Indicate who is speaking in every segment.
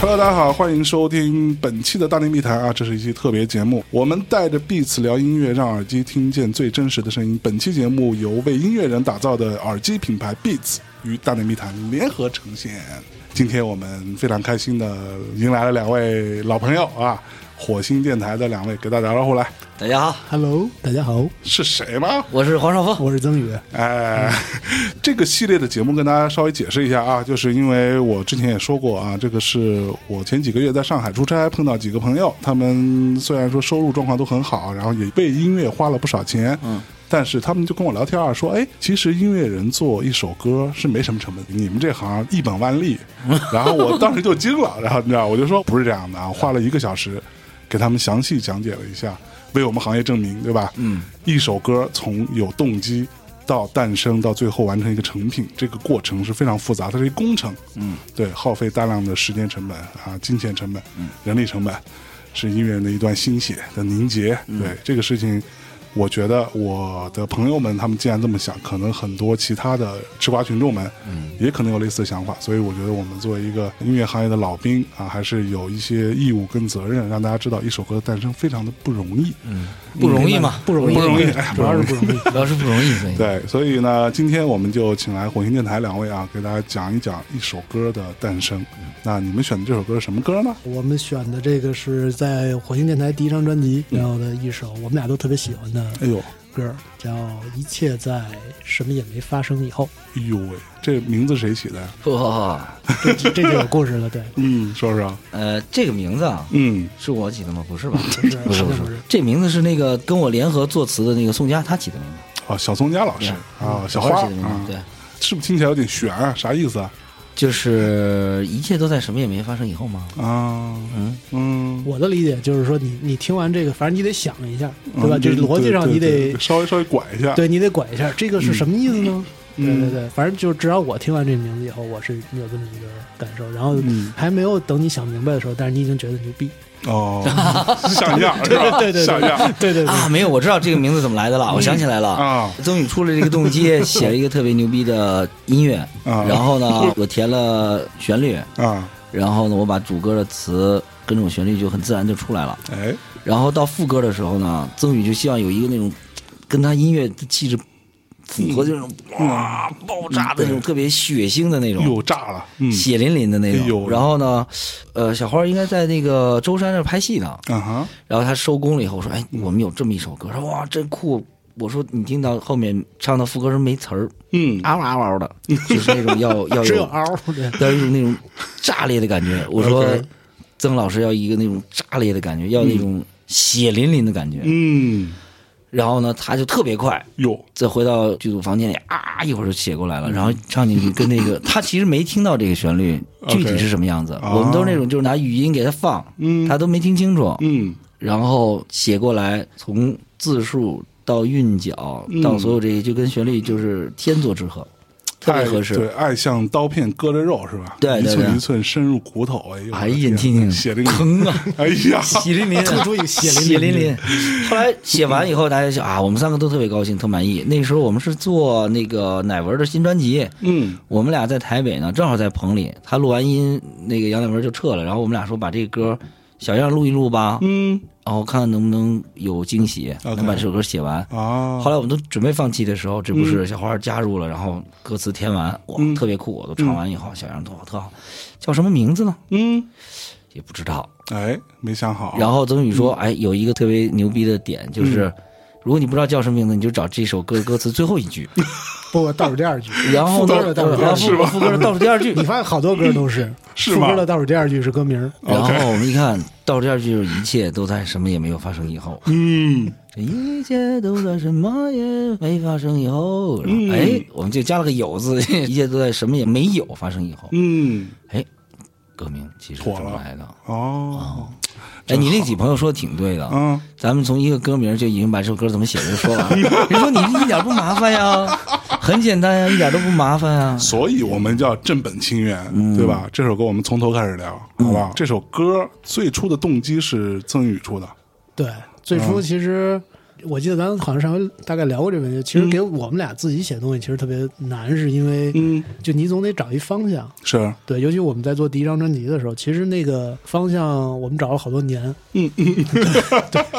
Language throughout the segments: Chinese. Speaker 1: Hello，大家好，欢迎收听本期的大内密谈啊，这是一期特别节目，我们带着 Beats 聊音乐，让耳机听见最真实的声音。本期节目由为音乐人打造的耳机品牌 Beats 与大内密谈联合呈现。今天我们非常开心的迎来了两位老朋友啊，火星电台的两位，给大家打招呼来，
Speaker 2: 大家好，
Speaker 3: Hello，大家好，
Speaker 1: 是谁吗？
Speaker 2: 我是黄少峰。
Speaker 3: 我是曾宇。
Speaker 1: 哎， 这个系列的节目跟大家稍微解释一下啊，就是因为我之前也说过啊，这个是我前几个月在上海出差碰到几个朋友，他们虽然说收入状况都很好，然后也为音乐花了不少钱，嗯。但是他们就跟我聊天啊，说，哎，其实音乐人做一首歌是没什么成本，你们这行一本万利。然后我当时就惊了，然后你知道，我就说不是这样的啊，花了一个小时给他们详细讲解了一下，为我们行业证明，对吧？嗯，一首歌从有动机到诞生到最后完成一个成品，这个过程是非常复杂，它是一工程。嗯，对，耗费大量的时间成本啊、金钱成本、人力成本，是音乐人的一段心血的凝结。对这个事情。我觉得我的朋友们，他们既然这么想，可能很多其他的吃瓜群众们，嗯，也可能有类似的想法。所以我觉得我们作为一个音乐行业的老兵啊，还是有一些义务跟责任，让大家知道一首歌的诞生非常的不容易。嗯，
Speaker 2: 不容易嘛，
Speaker 3: 不容易，
Speaker 1: 不容易
Speaker 3: 对
Speaker 1: 哎
Speaker 3: 主要是不容易。
Speaker 2: 主要是不容易，所以
Speaker 1: 对，所以呢，今天我们就请来火星电台两位啊，给大家讲一讲一首歌的诞生。
Speaker 2: 嗯
Speaker 1: 那你们选的这首歌是什么歌呢？
Speaker 3: 我们选的这个是在火星电台第一张专
Speaker 1: 嗯
Speaker 3: 辑，然后的一首我们俩都特别喜欢的
Speaker 1: 哎呦，
Speaker 3: 歌，叫《一切在什么也没发生以后
Speaker 1: 哎呦喂，这名字谁起的呀？
Speaker 2: 哇，》，
Speaker 3: 这这这就有故事了，对，
Speaker 1: 嗯，说说。
Speaker 2: 呃，这个名字啊，
Speaker 1: 嗯，
Speaker 2: 是我起的吗？不是吧？
Speaker 3: 不是
Speaker 2: 不是不
Speaker 3: 不
Speaker 2: 是
Speaker 3: 是，
Speaker 2: 这名字是那个跟我联合作词的那个宋佳他起的名字，
Speaker 1: 啊，小松佳老师
Speaker 2: 对嗯
Speaker 1: 啊，小
Speaker 2: 花
Speaker 1: 花
Speaker 2: 起的名
Speaker 1: 啊
Speaker 2: 字，，对，
Speaker 1: 是不是听起来有点悬啊？啥意思啊？
Speaker 2: 就是一切都在什么也没发生以后吗？
Speaker 1: 啊，
Speaker 2: 嗯
Speaker 1: 嗯，
Speaker 3: 我的理解就是说你，你听完这个，反正你得想一下，对吧？
Speaker 1: 嗯
Speaker 3: 就是逻辑上
Speaker 1: 对
Speaker 3: 你
Speaker 1: 对对
Speaker 3: 得
Speaker 1: 对，稍微稍微拐一下。
Speaker 3: 对你得管一下，这个是什么意思呢？对
Speaker 1: 嗯
Speaker 3: 对对，反正就是至少我听完这名字以后，我是有这么一个感受，然后
Speaker 1: 嗯
Speaker 3: 还没有等你想明白的时候，但是你已经觉得牛逼，
Speaker 1: 哦，像样是吧？
Speaker 3: 对对对
Speaker 1: 像样
Speaker 3: 对 对对，
Speaker 2: 啊，嗯没有，我知道这个名字怎么来的了，我想起来了。
Speaker 1: 啊
Speaker 2: 曾宇出了这个动机，写了一个特别牛逼的音 乐，
Speaker 1: 啊
Speaker 2: 然后呢，我填了旋律，
Speaker 1: 啊！
Speaker 2: 然后呢，我把主歌的词跟这种旋律就很自然就出来了。
Speaker 1: 哎，
Speaker 2: 然后到副歌的时候呢，曾宇就希望有一个那种跟他音乐的气质符合，这种嗯哇爆炸的那种特别血腥的那种
Speaker 1: 又炸了，嗯
Speaker 2: 血淋淋的那
Speaker 1: 哎呦
Speaker 2: 种。然后呢，呃，小花应该在那个舟山那儿拍戏呢。
Speaker 1: 啊哈，
Speaker 2: 然后他收工了以后，我说：“哎，我们有这么一首歌，说哇真酷。”我说：“你听到后面唱到副歌是没词儿，
Speaker 1: 嗯
Speaker 2: 嗷嗷嗷的，就是啊那种 要要
Speaker 3: 只有
Speaker 2: 有
Speaker 3: 嗷， 对，
Speaker 2: 要有那种炸裂的感觉。”我说
Speaker 1: OK：“
Speaker 2: 曾老师要一个那种炸裂的感觉，要那种血淋淋的感觉。”
Speaker 1: 嗯，
Speaker 2: 然后呢，他就特别快，
Speaker 1: 哟，
Speaker 2: 再回到剧组房间里啊，一会儿就写过来
Speaker 1: 嗯
Speaker 2: 了，然后唱进去，跟那 个他其实没听到这个旋律
Speaker 1: OK
Speaker 2: 具体是什么样子，
Speaker 1: 啊
Speaker 2: 我们都是那种就是拿语音给他放，
Speaker 1: 嗯
Speaker 2: 他都没听清楚，
Speaker 1: 嗯
Speaker 2: 然后写过来，从字数到韵脚
Speaker 1: 嗯
Speaker 2: 到所有这些，就跟旋律就是天作之合，特别合
Speaker 1: 爱
Speaker 2: 适。
Speaker 1: 对，爱像刀片割着肉是吧？
Speaker 2: 对对
Speaker 1: 一寸
Speaker 2: 对
Speaker 1: 一寸深入骨头。哎呦，
Speaker 2: 哎
Speaker 1: 我的
Speaker 2: 呀，
Speaker 1: 天
Speaker 2: 你听听，
Speaker 1: 血淋淋，
Speaker 2: 疼啊！
Speaker 1: 哎 呀，
Speaker 2: 血淋 淋，
Speaker 3: 吐出一个血淋淋
Speaker 2: 血淋淋。后来写完以后，大家就啊，我们三个都特别高兴，特满意。那时候我们是做那个乃文的新专辑，
Speaker 1: 嗯
Speaker 2: 我们俩在台北呢，正好在棚里，他录完音，那个杨乃文就撤了，然后我们俩说把这个歌小样录一录吧，
Speaker 1: 嗯
Speaker 2: 然后看看能不能有惊喜，
Speaker 1: OK
Speaker 2: 能把这首歌写完。
Speaker 1: 啊，
Speaker 2: 后来我们都准备放弃的时候，这不是小花加入了，然后歌词填完，哇，
Speaker 1: 嗯
Speaker 2: 特别酷！我都唱完以后，小样都特好，叫什么名字呢？
Speaker 1: 嗯，
Speaker 2: 也不知道。
Speaker 1: 哎，没想好。
Speaker 2: 然后曾宇说：“
Speaker 1: 嗯
Speaker 2: 哎，有一个特别牛逼的点，就是如果你不知道叫什么名字，你就找这首歌歌词最后一 句，
Speaker 3: 不倒数第二句，
Speaker 2: 然后
Speaker 3: 副
Speaker 2: 呢
Speaker 3: 歌的，倒数第
Speaker 2: 然
Speaker 3: 二
Speaker 2: 后
Speaker 3: 句嗯
Speaker 2: 副歌副歌的倒数第二句
Speaker 3: 你，发现好多歌 都是
Speaker 1: 是
Speaker 3: 副
Speaker 1: 吗
Speaker 3: 歌的倒数第二句是歌名，
Speaker 2: 然后我们一看倒数第二句就是一切都在什么也没有发生以后，
Speaker 1: 嗯，
Speaker 2: 这一切都在什么也没发生以后，然
Speaker 1: 嗯
Speaker 2: 后哎，我们就加了个有字， 一切都在什么也没有发生以后，
Speaker 1: 嗯，
Speaker 2: 哎，歌名其实是
Speaker 1: 妥
Speaker 2: 这么
Speaker 1: 了
Speaker 2: 来的。
Speaker 1: 哦，
Speaker 2: 哎，你那几朋友说的挺对
Speaker 3: 哦
Speaker 2: 的，
Speaker 1: 嗯，
Speaker 2: 咱们从一个歌名就已经把这首歌怎么写的就说 完了。人说你一点不麻烦呀，很简单呀，一点都不麻烦呀。
Speaker 1: 所以我们叫正本清源，
Speaker 3: 嗯
Speaker 1: 对吧？这首歌我们从头开始聊，好不好？这首歌最初的动机是曾宇出的，
Speaker 2: 嗯
Speaker 3: 对，最初其实我记得咱好像上回大概聊过这个问题。其实给我们俩自己写东西其实特别难，是因为
Speaker 1: 嗯，
Speaker 3: 就你总得找一方向。
Speaker 1: 是，
Speaker 3: 对，尤其我们在做第一张专辑的时候，其实那个方向我们找了好多年，
Speaker 1: 嗯嗯，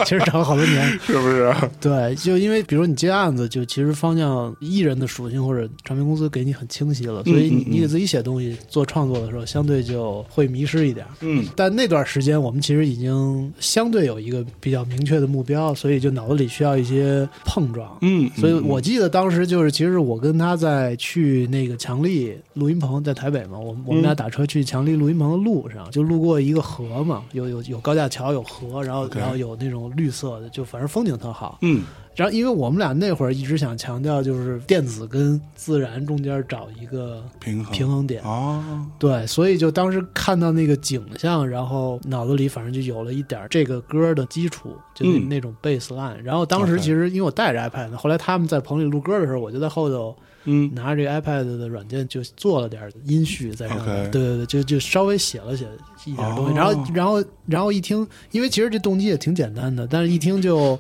Speaker 3: 其实找了好多年。
Speaker 1: 是不是？
Speaker 3: 对，就因为比如你接案子，就其实方向艺人的属性或者唱片公司给你很清晰了，所以
Speaker 1: 嗯
Speaker 3: 你
Speaker 1: 嗯
Speaker 3: 你给自己写东西做创作的时候，相对就会迷失一点。
Speaker 1: 嗯
Speaker 3: 但那段时间，我们其实已经相对有一个比较明确的目标，所以就脑子里需要一些碰撞。
Speaker 1: 嗯，
Speaker 3: 所以
Speaker 1: 嗯
Speaker 3: 我记得当时就是，其实我跟他在去那个强力录音棚，在台北嘛，
Speaker 1: 嗯
Speaker 3: 我们我们俩打车去强力录音棚的路上，就路过一个河嘛，有有有高架桥，有河，然后
Speaker 1: OK
Speaker 3: 然后有那种绿色的，就反正风景特好。
Speaker 1: 嗯
Speaker 3: 然后因为我们俩那会儿一直想强调，就是电子跟自然中间找一个
Speaker 1: 嗯平衡
Speaker 3: 平衡点。
Speaker 1: 啊，
Speaker 3: 对，所以就当时看到那个景象，然后脑子里反正就有了一点儿这个歌的基础，就那、
Speaker 1: 嗯
Speaker 3: 那种 bass line。然后当时
Speaker 1: OK
Speaker 3: 其实因为我带着 iPad 呢，后来他们在棚里录歌的时候，我就在后头
Speaker 1: 嗯
Speaker 3: 拿着这个 iPad 的软件就做了点儿音序在上面。
Speaker 1: OK
Speaker 3: 对对对，就就稍微写了写一点儿东西，
Speaker 1: 哦
Speaker 3: 然后然后然后一听，因为其实这动机也挺简单的，但是一听就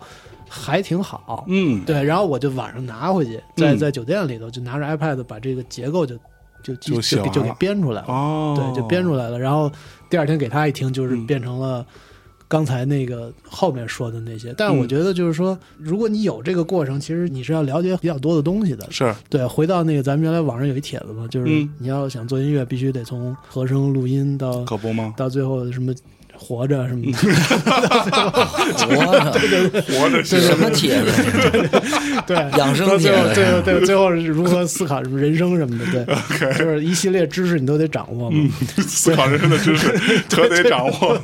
Speaker 3: 还挺好。
Speaker 1: 嗯，
Speaker 3: 对，然后我就晚上拿回去，在
Speaker 1: 嗯
Speaker 3: 在酒店里头就拿着 iPad 把这个结构就就
Speaker 1: 就
Speaker 3: 就
Speaker 1: 写
Speaker 3: 就给
Speaker 1: 完
Speaker 3: 就给
Speaker 1: 了
Speaker 3: 编出来了。
Speaker 1: 哦，
Speaker 3: 对，就编出来了。然后第二天给他一听，就是
Speaker 1: 嗯
Speaker 3: 变成了刚才那个后面说的那些。但是
Speaker 1: 嗯
Speaker 3: 我觉得就是说，如果你有这个过程，其实你是要了解比较多的东西的。
Speaker 1: 是，
Speaker 3: 对，回到那个咱们原来网上有一帖子嘛，就是
Speaker 1: 嗯
Speaker 3: 你要想做音乐，必须得从和声、录音到
Speaker 1: 可不吗？
Speaker 3: 到最后什么活着什么的。
Speaker 2: 我
Speaker 1: 活着
Speaker 2: 这什么帖子？
Speaker 3: 对，
Speaker 2: 养生
Speaker 3: 到最后，
Speaker 2: 节
Speaker 3: 最后，最后，最后是如何思考什么人生什么的， 对，就是一系列知识你都得掌握
Speaker 1: 嗯
Speaker 3: 嘛。
Speaker 1: 思考人生的知识，可 得掌握。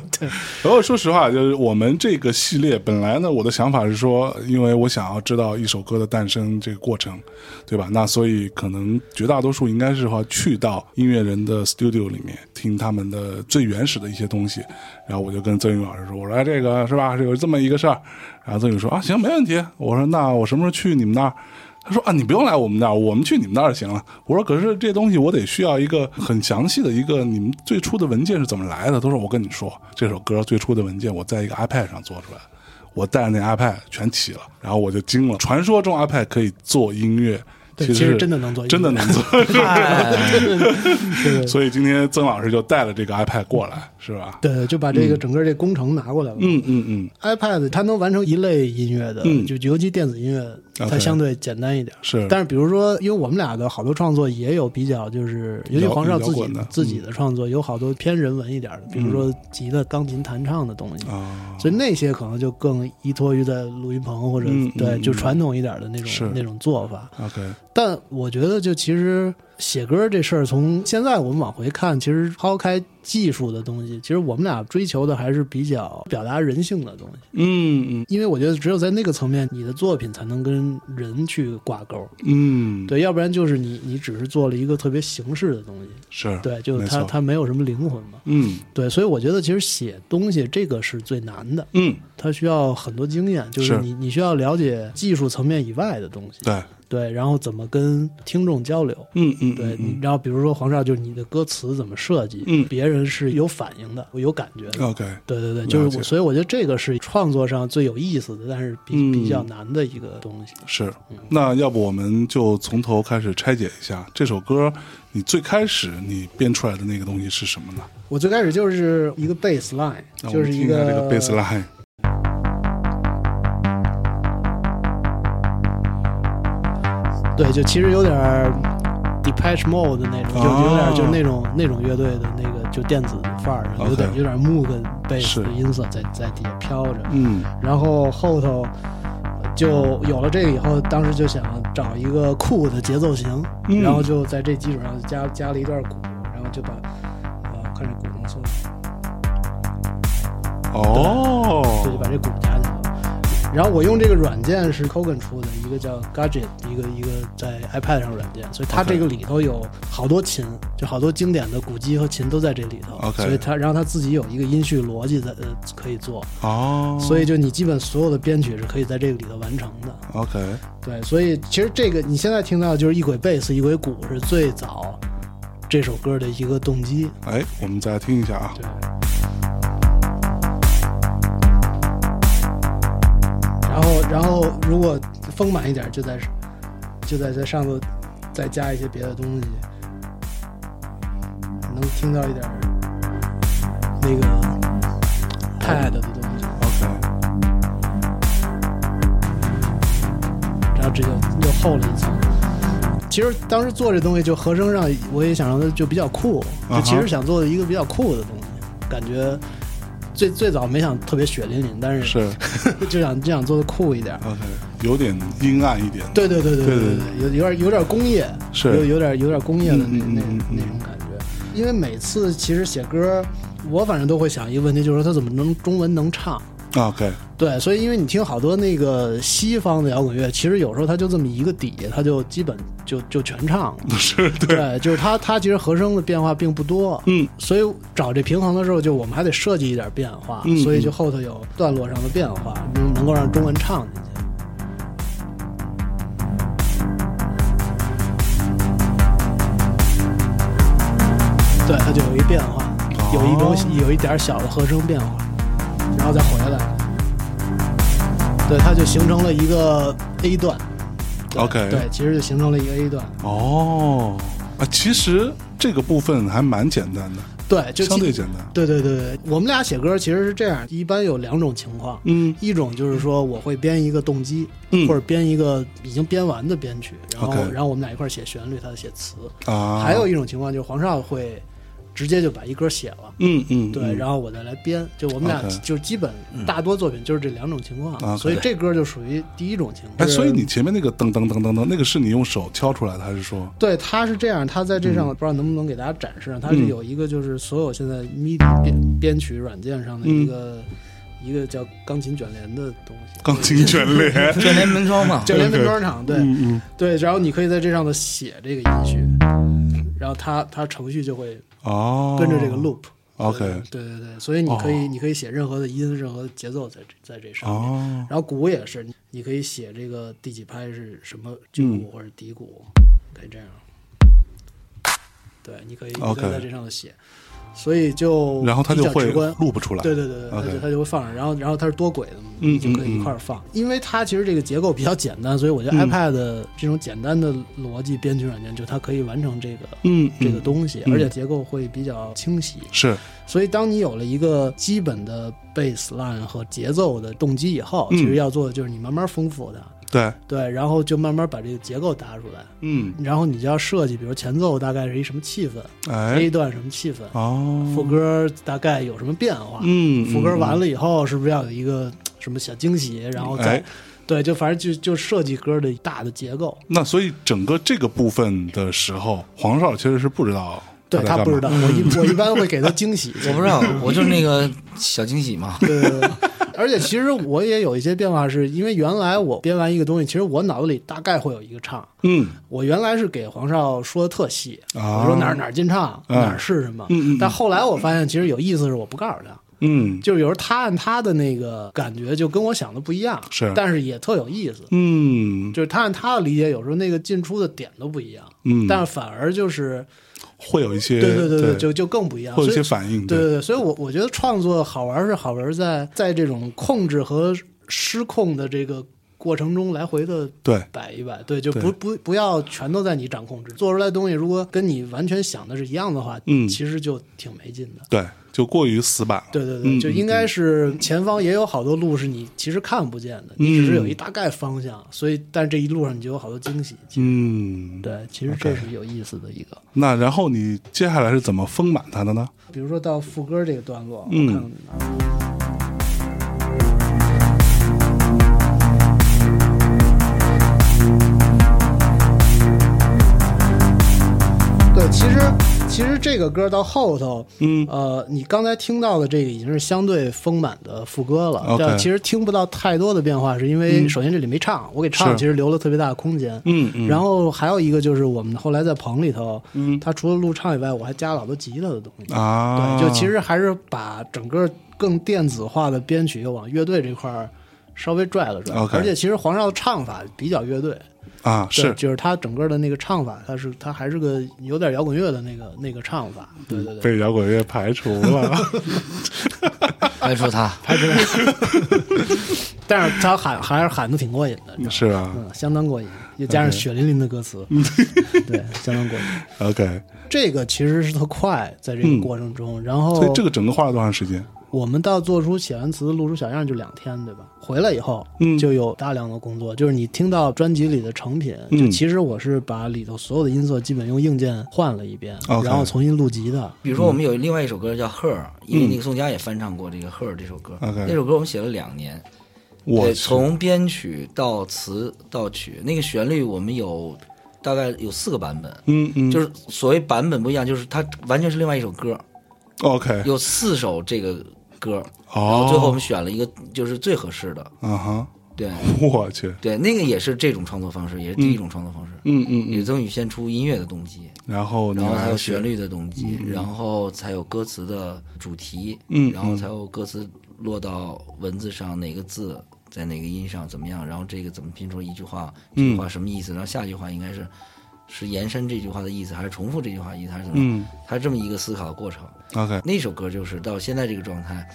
Speaker 1: 然后说实话，就是我们这个系列本来呢，我的想法是说，因为我想要知道一首歌的诞生这个过程，对吧？那所以可能绝大多数应该是话去到音乐人的 studio 里面听他们的最原始的一些东西。然后我就跟曾宇老师说：“我说、哎、这个是吧？是有这么一个事儿。”然后曾宇说：“啊，行，没问题。”我说：“那我什么时候去你们那儿？”他说啊，你不用来我们那儿，我们去你们那儿就行了。我说，可是这东西我得需要一个很详细的一个你们最初的文件是怎么来的。他说，我跟你说，这首歌最初的文件我在一个 iPad 上做出来的，我带着那 iPad 全齐了，然后我就惊了。传说中 iPad 可以做音乐，
Speaker 3: 对，
Speaker 1: 其
Speaker 3: 其
Speaker 1: 实
Speaker 3: 实真的能做音乐，
Speaker 1: 真的能做。
Speaker 2: 哎
Speaker 3: 对，
Speaker 1: 所以今天曾老师就带了这个 iPad 过来，是吧？
Speaker 3: 对，就把这个整个这工程拿过来了。
Speaker 1: 嗯嗯嗯，
Speaker 3: iPad 它能完成一类音乐的，
Speaker 1: 嗯
Speaker 3: 就尤其电子音乐，
Speaker 1: OK
Speaker 3: 它相对简单一点。
Speaker 1: 是
Speaker 3: 但是比如说，因为我们俩的好多创作也有比较，就是尤其
Speaker 1: 摇
Speaker 3: 黄少自
Speaker 1: 摇滚
Speaker 3: 己
Speaker 1: 的嗯
Speaker 3: 自己的创作有好多偏人文一点的，比如说吉他、钢琴弹唱的东西，
Speaker 1: 啊，
Speaker 3: 所以那些可能就更依托于在录音棚或者
Speaker 1: 嗯嗯
Speaker 3: 对
Speaker 1: 嗯
Speaker 3: 就传统一点的那
Speaker 1: 是
Speaker 3: 种那种做法。
Speaker 1: OK，
Speaker 3: 但我觉得，就其实写歌这事儿，从现在我们往回看，其实抛开技术的东西，其实我们俩追求的还是比较表达人性的东西。
Speaker 1: 嗯嗯
Speaker 3: 因为我觉得，只有在那个层面，你的作品才能跟人去挂钩。
Speaker 1: 嗯，，
Speaker 3: 对，要不然就是你你只是做了一个特别形式的东西，
Speaker 1: 是，
Speaker 3: 对，就
Speaker 1: 啊没
Speaker 3: 是
Speaker 1: 错
Speaker 3: 它它没有什么灵魂嘛。
Speaker 1: 嗯
Speaker 3: 对，所以我觉得其实写东西这个是最难的，
Speaker 1: 嗯，
Speaker 3: 它需要很多经验，就是是你你需要了解技术层面以外的东西，
Speaker 1: 对，
Speaker 3: 对，然后怎么跟听众交流。
Speaker 1: 嗯嗯，
Speaker 3: 对，
Speaker 1: 嗯
Speaker 3: 你然后比如说黄少，就是你的歌词怎么设计，
Speaker 1: 嗯
Speaker 3: 别人是有反应的，有感觉的。
Speaker 1: OK，
Speaker 3: 对对对，
Speaker 1: 了
Speaker 3: 就是
Speaker 1: 解
Speaker 3: 我，所以我觉得这个是创作上最有意思的，但是比、
Speaker 1: 嗯
Speaker 3: 比较难的一个东西。
Speaker 1: 是，那要不我们就从头开始拆解一下这首歌，你最开始你编出来的那个东西是什么呢？
Speaker 3: 我最开始就是一个 bass line，
Speaker 1: 啊那我
Speaker 3: 就
Speaker 1: 们
Speaker 3: 是
Speaker 1: 听
Speaker 3: 一
Speaker 1: 一下
Speaker 3: 个
Speaker 1: 这个 bass line。
Speaker 3: 对，就其实有点儿 Depeche Mode 的那种，就有点
Speaker 1: 哦
Speaker 3: 儿就是那种那种乐队的那个就电子范儿，有点
Speaker 1: OK
Speaker 3: 有点 Moog bass
Speaker 1: 是
Speaker 3: 的音色在在底下飘着。
Speaker 1: 嗯
Speaker 3: 然后后头就有了这个以后，当时就想找一个酷的节奏型，
Speaker 1: 嗯
Speaker 3: 然后就在这基础上加加了一段鼓，然后就把呃，看这鼓能做，对，就
Speaker 1: 哦
Speaker 3: 把这鼓加进来了。然后我用这个软件是 Kogan 出的，一个叫 Gadget，一个一个在 iPad 上软件，所以它
Speaker 1: OK
Speaker 3: 这个里头有好多琴，就好多经典的鼓机和琴都在这里头。
Speaker 1: OK
Speaker 3: 所以它，然后它自己有一个音序逻辑的，呃，可以做，
Speaker 1: 哦，
Speaker 3: 所以就你基本所有的编曲是可以在这个里头完成的。
Speaker 1: OK
Speaker 3: 对，所以其实这个你现在听到就是一轨贝斯一轨鼓是最早这首歌的一个动机。
Speaker 1: 哎，我们再来听一下啊，
Speaker 3: 对，然后然后如果丰满一点，就在就在这上头再加一些别的东西，能听到一点儿那个 pad 的东西，
Speaker 1: OK，
Speaker 3: 然后这就又厚了一层。其实当时做这东西，就和声上我也想让它就比较酷，
Speaker 1: 啊哈
Speaker 3: 就其实想做一个比较酷的东西，感觉最最早没想特别血淋淋，但是
Speaker 1: 是
Speaker 3: 就想就想做的酷一点儿。
Speaker 1: OK，有点阴暗一点。
Speaker 3: 对对对对
Speaker 1: 对
Speaker 3: 对
Speaker 1: 对
Speaker 3: 对，有有点有点工业，
Speaker 1: 是
Speaker 3: 有有点有点工业的那
Speaker 1: 嗯嗯
Speaker 3: 那
Speaker 1: 嗯嗯
Speaker 3: 那种感觉。因为每次其实写歌，我反正都会想一个问题，就是说他怎么能中文能唱？
Speaker 1: 啊 OK，
Speaker 3: 对，所以因为你听好多那个西方的摇滚乐，其实有时候它就这么一个底，它就基本就就全唱了。
Speaker 1: 是对，
Speaker 3: 对，就是它它其实和声的变化并不多，
Speaker 1: 嗯，
Speaker 3: 所以找这平衡的时候，就我们还得设计一点变化，
Speaker 1: 嗯
Speaker 3: 所以
Speaker 1: 嗯
Speaker 3: 就后头有段落上的变化，能能够让中文唱进去。对，它就有一变化，有一种
Speaker 1: 哦
Speaker 3: 有一点小的和声变化，然后再回来。对，它就形成了一个 A 段。对
Speaker 1: OK
Speaker 3: 对，其实就形成了一个 A 段。
Speaker 1: 哦啊，其实这个部分还蛮简单的，
Speaker 3: 对，就
Speaker 1: 相
Speaker 3: 其
Speaker 1: 对简单。
Speaker 3: 对对对对，我们俩写歌其实是这样，一般有两种情况，
Speaker 1: 嗯
Speaker 3: 一种就是说我会编一个动机，
Speaker 1: 嗯
Speaker 3: 或者编一个已经编完的编曲，然后
Speaker 1: OK
Speaker 3: 然后我们俩一块儿写旋律，他写词。
Speaker 1: 啊，
Speaker 3: 还有一种情况就是黄少会直接就把一歌写了。
Speaker 1: 嗯嗯，
Speaker 3: 对，
Speaker 1: 嗯
Speaker 3: 然后我再来编，就我们俩
Speaker 1: OK 嗯啊
Speaker 3: 就基本大多作品就是这两种情况，
Speaker 1: OK
Speaker 3: 所以这歌就属于第一种情
Speaker 1: 哎，
Speaker 3: 况。
Speaker 1: 所以你前面那个噔噔噔噔噔，那个是你用手敲出来的，还是说
Speaker 3: 对，它是这样，它在这上、不知道能不能给大家展示上，它是
Speaker 1: 嗯
Speaker 3: 有一个就是所有现在 MIDI 编编曲软件上的一个、
Speaker 1: 嗯
Speaker 3: 一个叫钢琴卷帘的东西，
Speaker 1: 钢琴卷帘？
Speaker 2: 卷帘门窗嘛，
Speaker 3: 卷帘分装厂，对、
Speaker 1: 啊嗯嗯，
Speaker 3: 对，然后你可以在这上头写这个音序，然后它它程序就会
Speaker 1: 哦，
Speaker 3: 跟着这个 loop、
Speaker 1: OK，
Speaker 3: 对对对，所以你可以、
Speaker 1: 哦
Speaker 3: 你可以写任何的音，任何的节奏在这在这上面。
Speaker 1: 哦，
Speaker 3: 然后鼓也是，你可以写这个第几拍是什么
Speaker 1: 嗯
Speaker 3: 军鼓或者底鼓，可以这样。对，你可以你
Speaker 1: OK
Speaker 3: 可以在这上头写，所以就
Speaker 1: 然后它
Speaker 3: 比
Speaker 1: 就
Speaker 3: 较
Speaker 1: 会
Speaker 3: 直观。
Speaker 1: 录不出来。
Speaker 3: 对对对对，它
Speaker 1: OK
Speaker 3: 就它就会放上，然后然后它是多轨的嘛，
Speaker 1: 嗯
Speaker 3: 你就可以一块儿放。因为它其实这个结构比较简单，所以我觉得
Speaker 1: 嗯
Speaker 3: iPad 的这种简单的逻辑编曲软件，就它可以完成这个
Speaker 1: 嗯，
Speaker 3: 这个
Speaker 1: 嗯
Speaker 3: 东西，
Speaker 1: 嗯
Speaker 3: 而且结构会比较清晰。
Speaker 1: 是
Speaker 3: 所以，当你有了一个基本的 bass line 和节奏的动机以后，
Speaker 1: 嗯
Speaker 3: 其实要做的就是你慢慢丰富它，
Speaker 1: 对，
Speaker 3: 对，然后就慢慢把这个结构搭出来，
Speaker 1: 嗯，
Speaker 3: 然后你就要设计，比如前奏大概是一什么气氛、
Speaker 1: 哎
Speaker 3: a，段什么气氛，
Speaker 1: 哦，
Speaker 3: 副歌大概有什么变化，
Speaker 1: 嗯，嗯，
Speaker 3: 副歌完
Speaker 1: 嗯，
Speaker 3: 了以后是不是要有一个什么小惊喜，然后再、
Speaker 1: 哎
Speaker 3: 对，就反正就就设计歌的大的结构，
Speaker 1: 那所以整个这个部分的时候，黄少其实是不知道
Speaker 3: 对
Speaker 1: 在
Speaker 3: 他不知
Speaker 1: 干嘛
Speaker 3: 道，我一我一般会给他惊喜，
Speaker 2: 我不知道，我就是那个小惊喜 嘛。
Speaker 3: 对对 对，而且其实我也有一些变化是，因为原来我编完一个东西，其实我脑子里大概会有一个唱。
Speaker 1: 嗯
Speaker 3: 我原来是给黄少说的特细，
Speaker 1: 啊
Speaker 3: 我说哪儿哪儿进唱，
Speaker 1: 嗯
Speaker 3: 哪儿是什么。
Speaker 1: 嗯嗯嗯
Speaker 3: 但后来我发现，其实有意思是我不告诉他，
Speaker 1: 嗯
Speaker 3: 就是有时候他按他的那个感觉，就跟我想的不一样，
Speaker 1: 是
Speaker 3: 但是也特有意思。
Speaker 1: 嗯
Speaker 3: 就是他按他的理解，有时候那个进出的点都不一样，
Speaker 1: 嗯，
Speaker 3: 但反而就是
Speaker 1: 会有一些
Speaker 3: 对对
Speaker 1: 对
Speaker 3: 对就就更不一样。
Speaker 1: 会有一
Speaker 3: 所以
Speaker 1: 些反应，
Speaker 3: 对对对，所以我我觉得创作好玩是好玩在在这种控制和失控的这个过程中来回的
Speaker 1: 对
Speaker 3: 摆一摆，对，就
Speaker 1: 对
Speaker 3: 不不不要全都在你掌控之中。做出来的东西如果跟你完全想的是一样的话，
Speaker 1: 嗯
Speaker 3: 其实就挺没劲的。
Speaker 1: 对，就过于死板了。
Speaker 3: 对对
Speaker 1: 嗯
Speaker 3: 对，就应该是前方也有好多路是你其实看不见的，你只是
Speaker 1: 嗯
Speaker 3: 有一大概方向，所以但这一路上你就有好多惊喜。其实
Speaker 1: 嗯，
Speaker 3: 对，其实这是有意思的一个。
Speaker 1: 那然后你接下来是怎么丰满它的呢？
Speaker 3: 比如说到副歌这个段落，
Speaker 1: 嗯
Speaker 3: 我看看哪儿对，其实其实这个歌到后头，
Speaker 1: 嗯
Speaker 3: 呃，你刚才听到的这个已经是相对丰满的副歌了，
Speaker 1: OK 嗯
Speaker 3: 但其实听不到太多的变化，是因为首先这里没唱，我给唱
Speaker 1: 是
Speaker 3: 其实留了特别大的空间，
Speaker 1: 嗯嗯，
Speaker 3: 然后还有一个就是我们后来在棚里头，
Speaker 1: 嗯
Speaker 3: 他除了录唱以外，我还加了好多吉他的东西。
Speaker 1: 啊，
Speaker 3: 对，就其实还是把整个更电子化的编曲又往乐队这块儿稍微拽了拽。
Speaker 1: OK
Speaker 3: 而且其实黄少的唱法比较乐队，
Speaker 1: 啊
Speaker 3: 对
Speaker 1: 是
Speaker 3: 就是他整个的那个唱法，他是他还是个有点摇滚乐的那个那个唱法。对对 对。
Speaker 1: 被摇滚乐排除了。
Speaker 2: 排除他，
Speaker 3: 排除他。但是他喊还是喊的挺过瘾的，
Speaker 1: 是啊，
Speaker 3: 嗯，相当过瘾，又加上血淋淋的歌词，
Speaker 1: 嗯
Speaker 3: 对，相当过瘾。
Speaker 1: ，OK。
Speaker 3: 这个其实是特快，在这个过程中，然后
Speaker 1: 嗯所
Speaker 2: 哦
Speaker 1: 以这个整个花了多长时间？
Speaker 3: 我们到做出写完词、录出小样就两天，对吧？回来以后，
Speaker 1: 嗯
Speaker 3: 就有大量的工作，就是你听到专辑里的成品，
Speaker 1: 嗯
Speaker 3: 就其实我是把里头所有的音色基本用硬件换了一遍，
Speaker 1: OK
Speaker 3: 然后重新录集的。
Speaker 2: 比如说，我们有另外一首歌叫《Her》，因为那个宋佳也翻唱过这个《Her》这首歌。
Speaker 1: 嗯 OK
Speaker 2: 那首歌我们写了两年，
Speaker 1: 我
Speaker 2: 对从编曲到词到曲，那个旋律我们有大概有四个版本，
Speaker 1: 嗯嗯，
Speaker 2: 就是所谓版本不一样，就是它完全是另外一首歌，
Speaker 1: OK
Speaker 2: 有四首这个歌，然
Speaker 1: 哦，
Speaker 2: 后最后我们选了一个就是最合适的，
Speaker 1: 啊哈，
Speaker 2: 对
Speaker 1: 我去，
Speaker 2: 对，那个也是这种创作方式，也是第一种创作方式。
Speaker 1: 嗯嗯
Speaker 2: 李
Speaker 1: 嗯，
Speaker 2: 宗宇先出音乐的动机，
Speaker 1: 然后你
Speaker 2: 然后才
Speaker 1: 来
Speaker 2: 有
Speaker 1: 写
Speaker 2: 旋律的动机，然后才有歌词的主题，
Speaker 1: 嗯
Speaker 2: 然后才有歌词落到文字上，哪个字在哪个音上怎么样，然后这个怎么拼出一句话，这
Speaker 1: 嗯
Speaker 2: 句话什么意思，然后下句话应该是是延伸这句话的意思，还是重复这句话意思，还是怎么样？
Speaker 1: 嗯
Speaker 2: 它是这么一个思考的过程。
Speaker 1: ，OK，
Speaker 2: 那首歌就是到现在这个状态，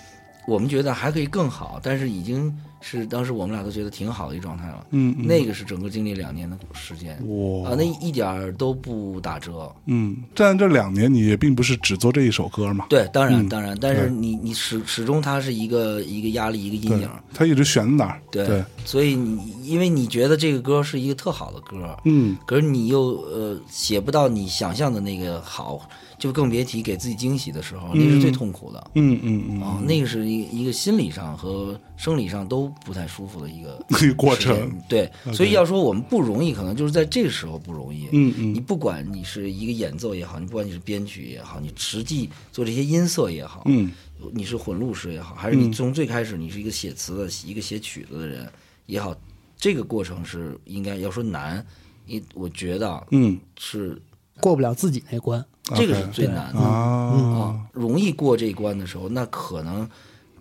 Speaker 2: 我们觉得还可以更好，但是已经是当时我们俩都觉得挺好的一个状态了。
Speaker 1: 嗯嗯
Speaker 2: 那个是整个经历两年的时间，
Speaker 1: 哇
Speaker 2: 啊，那一点儿都不打折。
Speaker 1: 嗯，但这两年你也并不是只做这一首歌嘛，
Speaker 2: 对，当然
Speaker 1: 嗯
Speaker 2: 当然，但是你你始始终它是一个一个压力，一个阴
Speaker 1: 对
Speaker 2: 影。，
Speaker 1: 它一直悬在那儿，
Speaker 2: 对，
Speaker 1: 对，
Speaker 2: 所以你因为你觉得这个歌是一个特好的歌，
Speaker 1: 嗯
Speaker 2: 可是你又呃写不到你想象的那个好，就更别提给自己惊喜的时候，那是最痛苦的。
Speaker 1: 嗯嗯
Speaker 2: 啊、
Speaker 1: 嗯，
Speaker 2: 那个是一个一个心理上和生理上都不太舒服的一个
Speaker 1: 一个 过
Speaker 2: 时间
Speaker 1: 程。
Speaker 2: 对，所以要说我们不容易，可能就是在这个时候不容易。
Speaker 1: 嗯嗯
Speaker 2: 你不管你是一个演奏也好，你不管你是编曲也好，你实际做这些音色也好，
Speaker 1: 嗯，
Speaker 2: 你是混录师也好，还是你从最开始你是一个写词的、一个写曲子的人也好，这个过程是应该要说难，因我觉得啊
Speaker 1: 嗯
Speaker 2: 是
Speaker 3: 过不了自己那关，
Speaker 2: 这个
Speaker 1: OK
Speaker 2: 是最嗯难的。
Speaker 1: 啊，
Speaker 2: 啊，容易过这一关的时候，那可能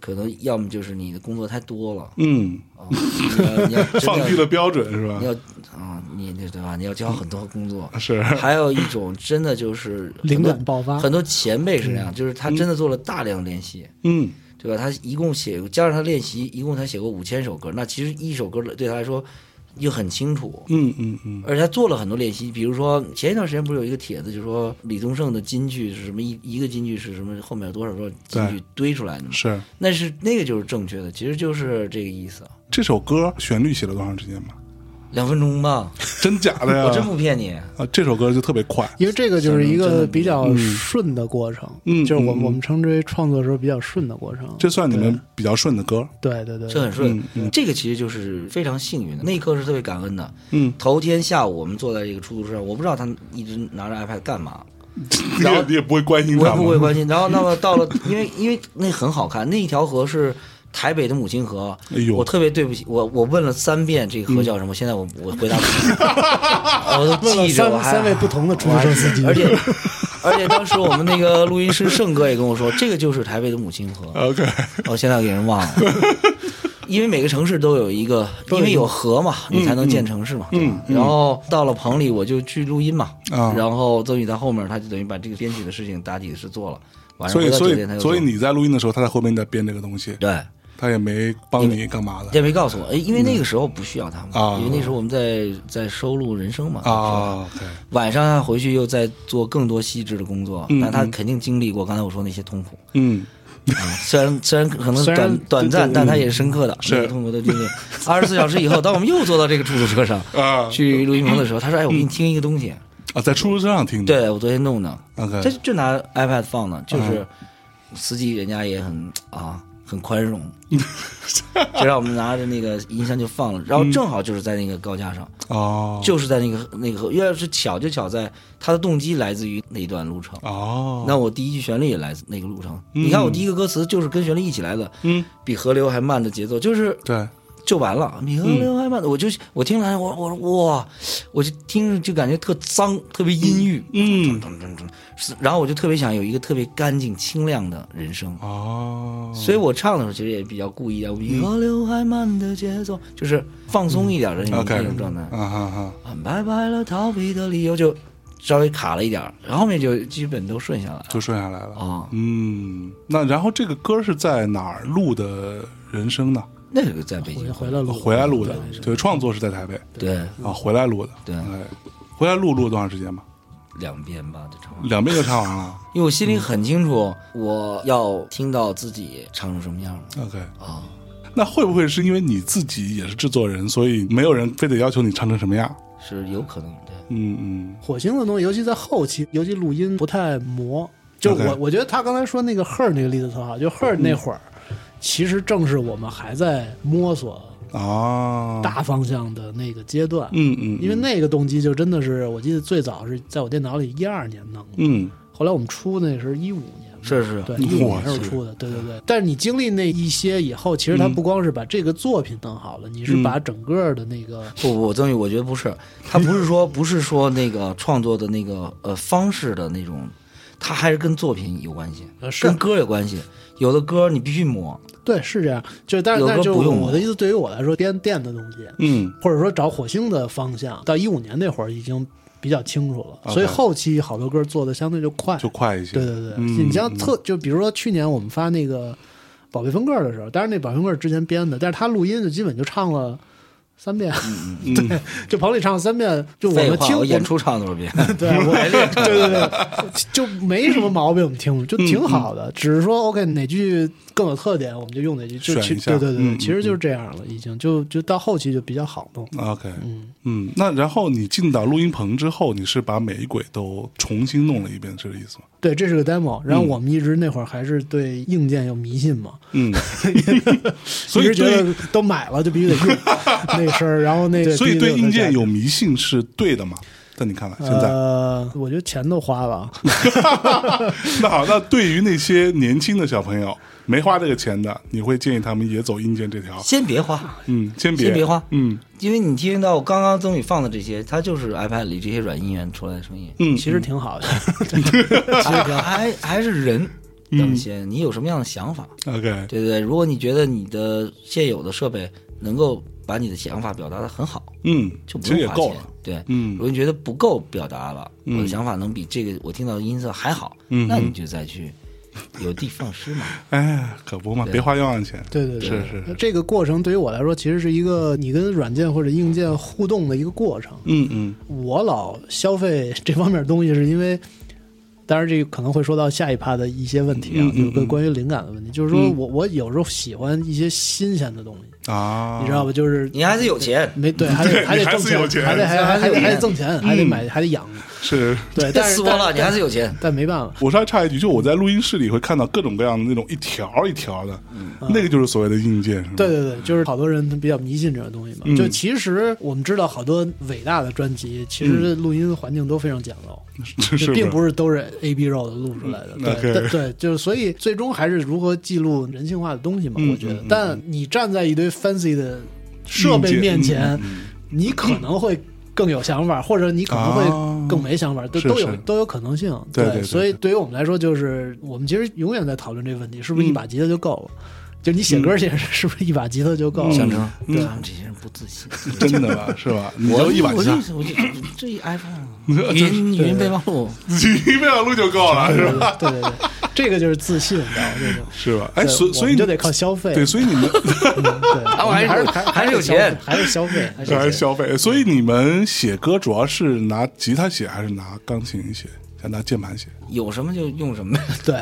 Speaker 2: 可能要么就是你的工作太多了
Speaker 1: 嗯，
Speaker 2: 啊，你要你要真的
Speaker 1: 放低了标准是吧
Speaker 2: 你？要啊，你你对吧？你要交很多工作，
Speaker 1: 是
Speaker 2: 还有一种真的就是很多
Speaker 3: 灵感爆发嗯
Speaker 2: 很多前辈是那样，就是他真的做了大量练习。
Speaker 1: 嗯
Speaker 2: 对吧？他一共写加上他练习，一共才写过五千首歌。那其实一首歌对他来说又很清楚，
Speaker 1: 嗯嗯嗯，
Speaker 2: 而且他做了很多练习，比如说前一段时间不是有一个帖子，就说李宗盛的金句是什么一一个金句是什么，后面有多少多少金句堆出来的嘛？
Speaker 1: 是
Speaker 2: 那是那个就是正确的，其实就是这个意思，
Speaker 1: 这首歌旋律写了多长时间吗？
Speaker 2: 两分钟吧，
Speaker 1: 真假的呀？
Speaker 2: 我真不骗你。
Speaker 1: 啊，这首歌就特别快，
Speaker 3: 因为这个就是一个比较顺的过程，
Speaker 1: 嗯
Speaker 3: 就是我
Speaker 1: 嗯嗯
Speaker 3: 我们称之为创作时候比较顺的过程。
Speaker 1: 这算你们比较顺的 歌。
Speaker 3: 对对对，
Speaker 2: 这很顺，
Speaker 1: 嗯嗯
Speaker 2: 这个其实就是非常幸运的，那一刻是特别感恩的。
Speaker 1: 嗯，
Speaker 2: 头天下午我们坐在这个出租车上，我不知道他一直拿着 iPad 干嘛，
Speaker 1: 你也你也不会关心
Speaker 2: 我
Speaker 1: 他
Speaker 2: 也不会
Speaker 1: 吗？
Speaker 2: 关心。然后那么到了，因为因为那很好看，那一条河是台北的母亲河。
Speaker 1: 哎呦
Speaker 2: 我特别对不起，我我问了三遍这个河叫什么，现在我我回答不 了，我都
Speaker 3: 嗯问了
Speaker 2: 记着。我
Speaker 3: 三
Speaker 2: 还
Speaker 3: 三位不同的出租车司机，
Speaker 2: 而且而且当时我们那个录音师盛哥也跟我说，这个就是台北的母亲 河。
Speaker 1: OK，
Speaker 2: 哦，现在给人忘 了。因为每个城市都有一个，因为有河嘛，你才能建城市嘛。嗯，然后到了棚里，我就去录音嘛。
Speaker 1: 啊
Speaker 2: 然后曾宇在后面，他就等于把这个编曲的事情打底是做了。晚上
Speaker 1: 所
Speaker 2: 回
Speaker 1: 以
Speaker 2: 到
Speaker 1: 所
Speaker 2: 酒店，他
Speaker 1: 以
Speaker 2: 就
Speaker 1: 所以
Speaker 2: 走
Speaker 1: 你在录音的时候，他在后面在编这个东西，
Speaker 2: 对，
Speaker 1: 他也没帮你干嘛的
Speaker 2: 也没告诉我，哎，因为那个时候不需要他们，
Speaker 1: 啊
Speaker 2: 因为那时候我们在在收录人生嘛。
Speaker 1: 啊。OK，
Speaker 2: 晚上他回去又在做更多细致的工作，但他肯定经历过刚才我说那些痛苦。
Speaker 1: 嗯，
Speaker 2: 虽然虽然可能
Speaker 3: 虽然嗯
Speaker 2: 短短暂，但它也是深刻的，
Speaker 1: 是
Speaker 2: 那个痛苦的 经历。二十四小时以后，当我们又坐到这个出租车上
Speaker 1: 啊
Speaker 2: 去录音棚的时候，他说：“哎，我给你听一个东西，
Speaker 1: 啊，在出租车上听的。
Speaker 2: 对我昨天弄的，他
Speaker 1: OK，
Speaker 2: 就拿 iPad 放的，
Speaker 1: 嗯
Speaker 2: 就是司机人家也很啊很宽 容，就让我们拿着那个音箱就放了，然后正好就是在那个高架上，
Speaker 1: 嗯哦，
Speaker 2: 就是在那个那个，要是巧就巧在他的动机来自于那一段路程。”
Speaker 1: 哦，嗯
Speaker 2: 那我第一句旋律也来自那个路程。你看我第一个歌词就是跟旋律一起来的，嗯，比河流还慢的节奏，就是
Speaker 1: 对，
Speaker 2: 就完了，比河
Speaker 1: 嗯
Speaker 2: 流还慢的。我就我听来，我我说哇，我就听着就感觉特脏，特别阴郁，
Speaker 1: 嗯，
Speaker 2: 噔噔噔是然后我就特别想有一个特别干净清亮的人生。
Speaker 1: 哦，
Speaker 2: 所以我唱的时候其实也比较故意啊，比
Speaker 1: 嗯
Speaker 2: 河流还慢的节奏，就是放松一点的那种
Speaker 1: OK
Speaker 2: 那种状态。
Speaker 1: 啊哈哈，
Speaker 2: 啊拜拜了，逃避的理由就稍微卡了一点儿，然后后面就基本都顺下来了。
Speaker 3: 哦
Speaker 1: 就顺下来了。
Speaker 2: 啊
Speaker 1: 嗯，那然后这个歌是在哪儿录的人声呢？
Speaker 2: 那个在北
Speaker 3: 回
Speaker 1: 哦
Speaker 2: 京
Speaker 3: 回来录，
Speaker 1: 回来录的，
Speaker 3: 对
Speaker 1: 对，创作是在台北
Speaker 2: 对
Speaker 3: 嗯
Speaker 1: 啊，回来录的，
Speaker 2: 对
Speaker 1: 哎，回来录录了多长时间吧？
Speaker 2: 两遍吧，这
Speaker 3: 嗯
Speaker 2: 场。
Speaker 1: 两遍就唱完了。
Speaker 2: 因为我心里很清楚，我要听到自己唱成什么样了
Speaker 1: OK，
Speaker 3: 哦
Speaker 2: 啊。
Speaker 1: 那会不会是因为你自己也是制作人，所以没有人非得要求你唱成什么样？
Speaker 2: 是有可能的。
Speaker 1: 嗯嗯，
Speaker 3: 火星的东西，尤其在后期，尤其录音不太磨。就
Speaker 1: OK
Speaker 3: 我我觉得他刚才说那个 her 那个例子特好，就 her
Speaker 2: 嗯
Speaker 3: 那会儿，其实正是我们还在摸索
Speaker 1: 啊，
Speaker 2: 嗯
Speaker 3: 大方向的那个阶段。
Speaker 1: 嗯嗯，
Speaker 3: 因为那个动机就真的是，我记得最早是在我电脑里一二年弄的，
Speaker 1: 嗯
Speaker 3: 后来我们出那是一五年吧，
Speaker 2: 是是嗯
Speaker 3: 对，
Speaker 1: 嗯
Speaker 3: 一五
Speaker 1: 我
Speaker 3: 年时候
Speaker 1: 去
Speaker 3: 出的，对对对。但是你经历那一些以后，其实它
Speaker 1: 嗯
Speaker 3: 不光是把这个作品弄好了，你是
Speaker 1: 嗯
Speaker 3: 把整个的那个
Speaker 2: 不不，曾宇，我觉得不是，他不是 说不是说那个创作的那个呃方式的那种，他还是跟作品有关系，
Speaker 3: 呃是
Speaker 2: 跟歌有关系。有的歌你必须磨，
Speaker 3: 对是这样，就但是
Speaker 2: 有
Speaker 3: 但是
Speaker 2: 个
Speaker 3: 就
Speaker 2: 不用
Speaker 3: 我的意思，对于我来说，编电的东西，
Speaker 1: 嗯
Speaker 3: 或者说找火星的方向，到一五年那会儿已经比较清楚了，
Speaker 1: OK
Speaker 3: 所以后期好多歌做的相对就快，
Speaker 1: 就快一些。
Speaker 3: 对对对，
Speaker 1: 嗯
Speaker 3: 你像特就比如说去年我们发那个《宝贝分个》的时候，当然那《宝贝分个》是之前编的，但是他录音就基本就唱了三遍，
Speaker 1: 嗯
Speaker 3: 对，就棚里唱了三遍，就我
Speaker 2: 废
Speaker 3: 们
Speaker 2: 话，
Speaker 3: 听
Speaker 2: 我
Speaker 3: 我
Speaker 2: 演
Speaker 3: 们
Speaker 2: 出唱多 少遍？
Speaker 3: 对，我 对对对，就没什么毛病，我们听着就挺好的，只是说 OK 哪句更有特点，我们就用哪句，就
Speaker 1: 嗯选
Speaker 3: 其
Speaker 1: 一下
Speaker 3: 对对对，
Speaker 1: 嗯嗯
Speaker 3: 其实就是这样了，已经就就到后期就比较好弄。
Speaker 1: OK，
Speaker 3: 嗯
Speaker 1: 嗯，那然后你进到录音棚之后，你是把每一轨都重新弄了一遍，是这个意思吗？
Speaker 3: 对，这是个 demo。然后
Speaker 1: 嗯
Speaker 3: 我们一直那会儿还是对硬件有迷信嘛，
Speaker 1: 嗯，所
Speaker 3: 一
Speaker 1: 以
Speaker 3: 直觉
Speaker 1: 对
Speaker 3: 得都买了就必须得 用那事儿，然后那
Speaker 1: 所以对硬件
Speaker 3: 有
Speaker 1: 有迷信是对的嘛？在你看来，现在、
Speaker 3: 呃，我觉得钱都花了，
Speaker 1: 那好，那对于那些年轻的小朋友没花这个钱的，你会建议他们也走硬件这条？
Speaker 2: 先别花，
Speaker 1: 嗯，先别
Speaker 2: 先别花
Speaker 1: 嗯
Speaker 2: 因为你听到我刚刚曾宇放的这些，它就是 iPad 里这些软音源出来的声 音，
Speaker 1: 嗯，
Speaker 3: 其实 挺好的。
Speaker 2: 还还是人
Speaker 3: 嗯
Speaker 2: 等先，你有什么样的想法？
Speaker 1: OK，
Speaker 2: 对不对？如果你觉得你的现有的设备能够把你的想法表达的很好，
Speaker 1: 嗯，
Speaker 2: 就不
Speaker 1: 其实也
Speaker 2: 用花
Speaker 1: 够
Speaker 2: 钱
Speaker 1: 了。。
Speaker 2: 对，如
Speaker 1: 嗯
Speaker 2: 果你觉得不够表达了，我的想法能比这个我听到的音色还好，
Speaker 1: 嗯
Speaker 2: 那你就再去有的放矢 嘛。
Speaker 1: 哎，可不嘛，
Speaker 2: 对
Speaker 1: 别花冤枉钱。
Speaker 3: 对对对，
Speaker 1: 是是是
Speaker 3: 这个过程对于我来说，其实是一个你跟软件或者硬件互动的一个过程。
Speaker 1: 嗯嗯
Speaker 3: 我老消费这方面的东西，是因为，当然这可能会说到下一趴的一些问题啊
Speaker 1: 嗯，嗯
Speaker 3: 就是关
Speaker 1: 嗯
Speaker 3: 关于灵感的问题。就是说
Speaker 1: 嗯
Speaker 3: 我我有时候喜欢一些新鲜的东西，
Speaker 1: 啊，
Speaker 3: 你知道吧？就是
Speaker 2: 你还是有钱，
Speaker 3: 没对，还得还得
Speaker 1: 你还
Speaker 3: 挣
Speaker 1: 是有钱嗯
Speaker 3: 还得还还
Speaker 2: 还是有
Speaker 3: 得
Speaker 2: 钱
Speaker 3: 还得挣钱，还得买，还得 养。
Speaker 1: 是。
Speaker 3: 对，但 是
Speaker 2: 死我了，你还
Speaker 3: 但
Speaker 2: 是有钱。
Speaker 3: 但没办法，
Speaker 1: 我稍微插一句，就我在录音室里会看到各种各样的那种一条一条的，那个就是所谓的硬件，是吗？
Speaker 3: 对对对，就是好多人比较迷信这个东西嘛。
Speaker 1: 嗯
Speaker 3: 就其实我们知道，好多伟大的专辑，其实录音环境都非常简陋，
Speaker 1: 嗯是，是
Speaker 3: 就并
Speaker 1: 是
Speaker 3: 不是都是 A B roll 录出来的。
Speaker 1: 嗯
Speaker 3: 对
Speaker 1: OK
Speaker 3: 但对，就是所以最终还是如何记录人性化的东西嘛，
Speaker 1: 嗯
Speaker 3: 我觉得
Speaker 1: 嗯嗯。
Speaker 3: 但你站在一堆 fancy 的设备
Speaker 1: 硬件
Speaker 3: 面前
Speaker 1: 嗯，
Speaker 3: 你可能会。更有想法，或者你可能
Speaker 1: 啊
Speaker 3: 会更没想法，都
Speaker 1: 是
Speaker 3: 都有
Speaker 1: 是
Speaker 3: 都有可能性。
Speaker 1: 对对对
Speaker 3: 所以对于我们来说，就是我们其实永远在讨论这个问题，是不是一把吉他就够了？就你写歌写是不是一把吉他就够了？
Speaker 2: 象征，
Speaker 1: 嗯
Speaker 2: 他们这些人不自信。
Speaker 1: 真的吧？是吧？你
Speaker 2: 我
Speaker 1: 就一把
Speaker 2: 我
Speaker 1: 吉他
Speaker 2: 就，我就这一 iPhone，云云备忘录，
Speaker 1: 你一秒录就够了，是
Speaker 3: 对
Speaker 1: 吧？
Speaker 3: 对对对，对这个就是自信，你知道吗？这种。
Speaker 1: 是吧？哎，
Speaker 3: 对
Speaker 1: 所
Speaker 3: 我
Speaker 1: 所以
Speaker 3: 们
Speaker 1: 你
Speaker 3: 就得靠消费，
Speaker 1: 对，所以你们
Speaker 3: 嗯对，
Speaker 2: 啊我
Speaker 3: 们还
Speaker 2: 还是
Speaker 3: 还
Speaker 2: 还是有
Speaker 3: 消费
Speaker 2: 钱
Speaker 3: 还是消费，还是
Speaker 1: 还是消费，所以你们写歌主要是拿吉他写，还是拿钢琴写，还是拿键盘写？
Speaker 2: 有什么就用什么。
Speaker 3: 对，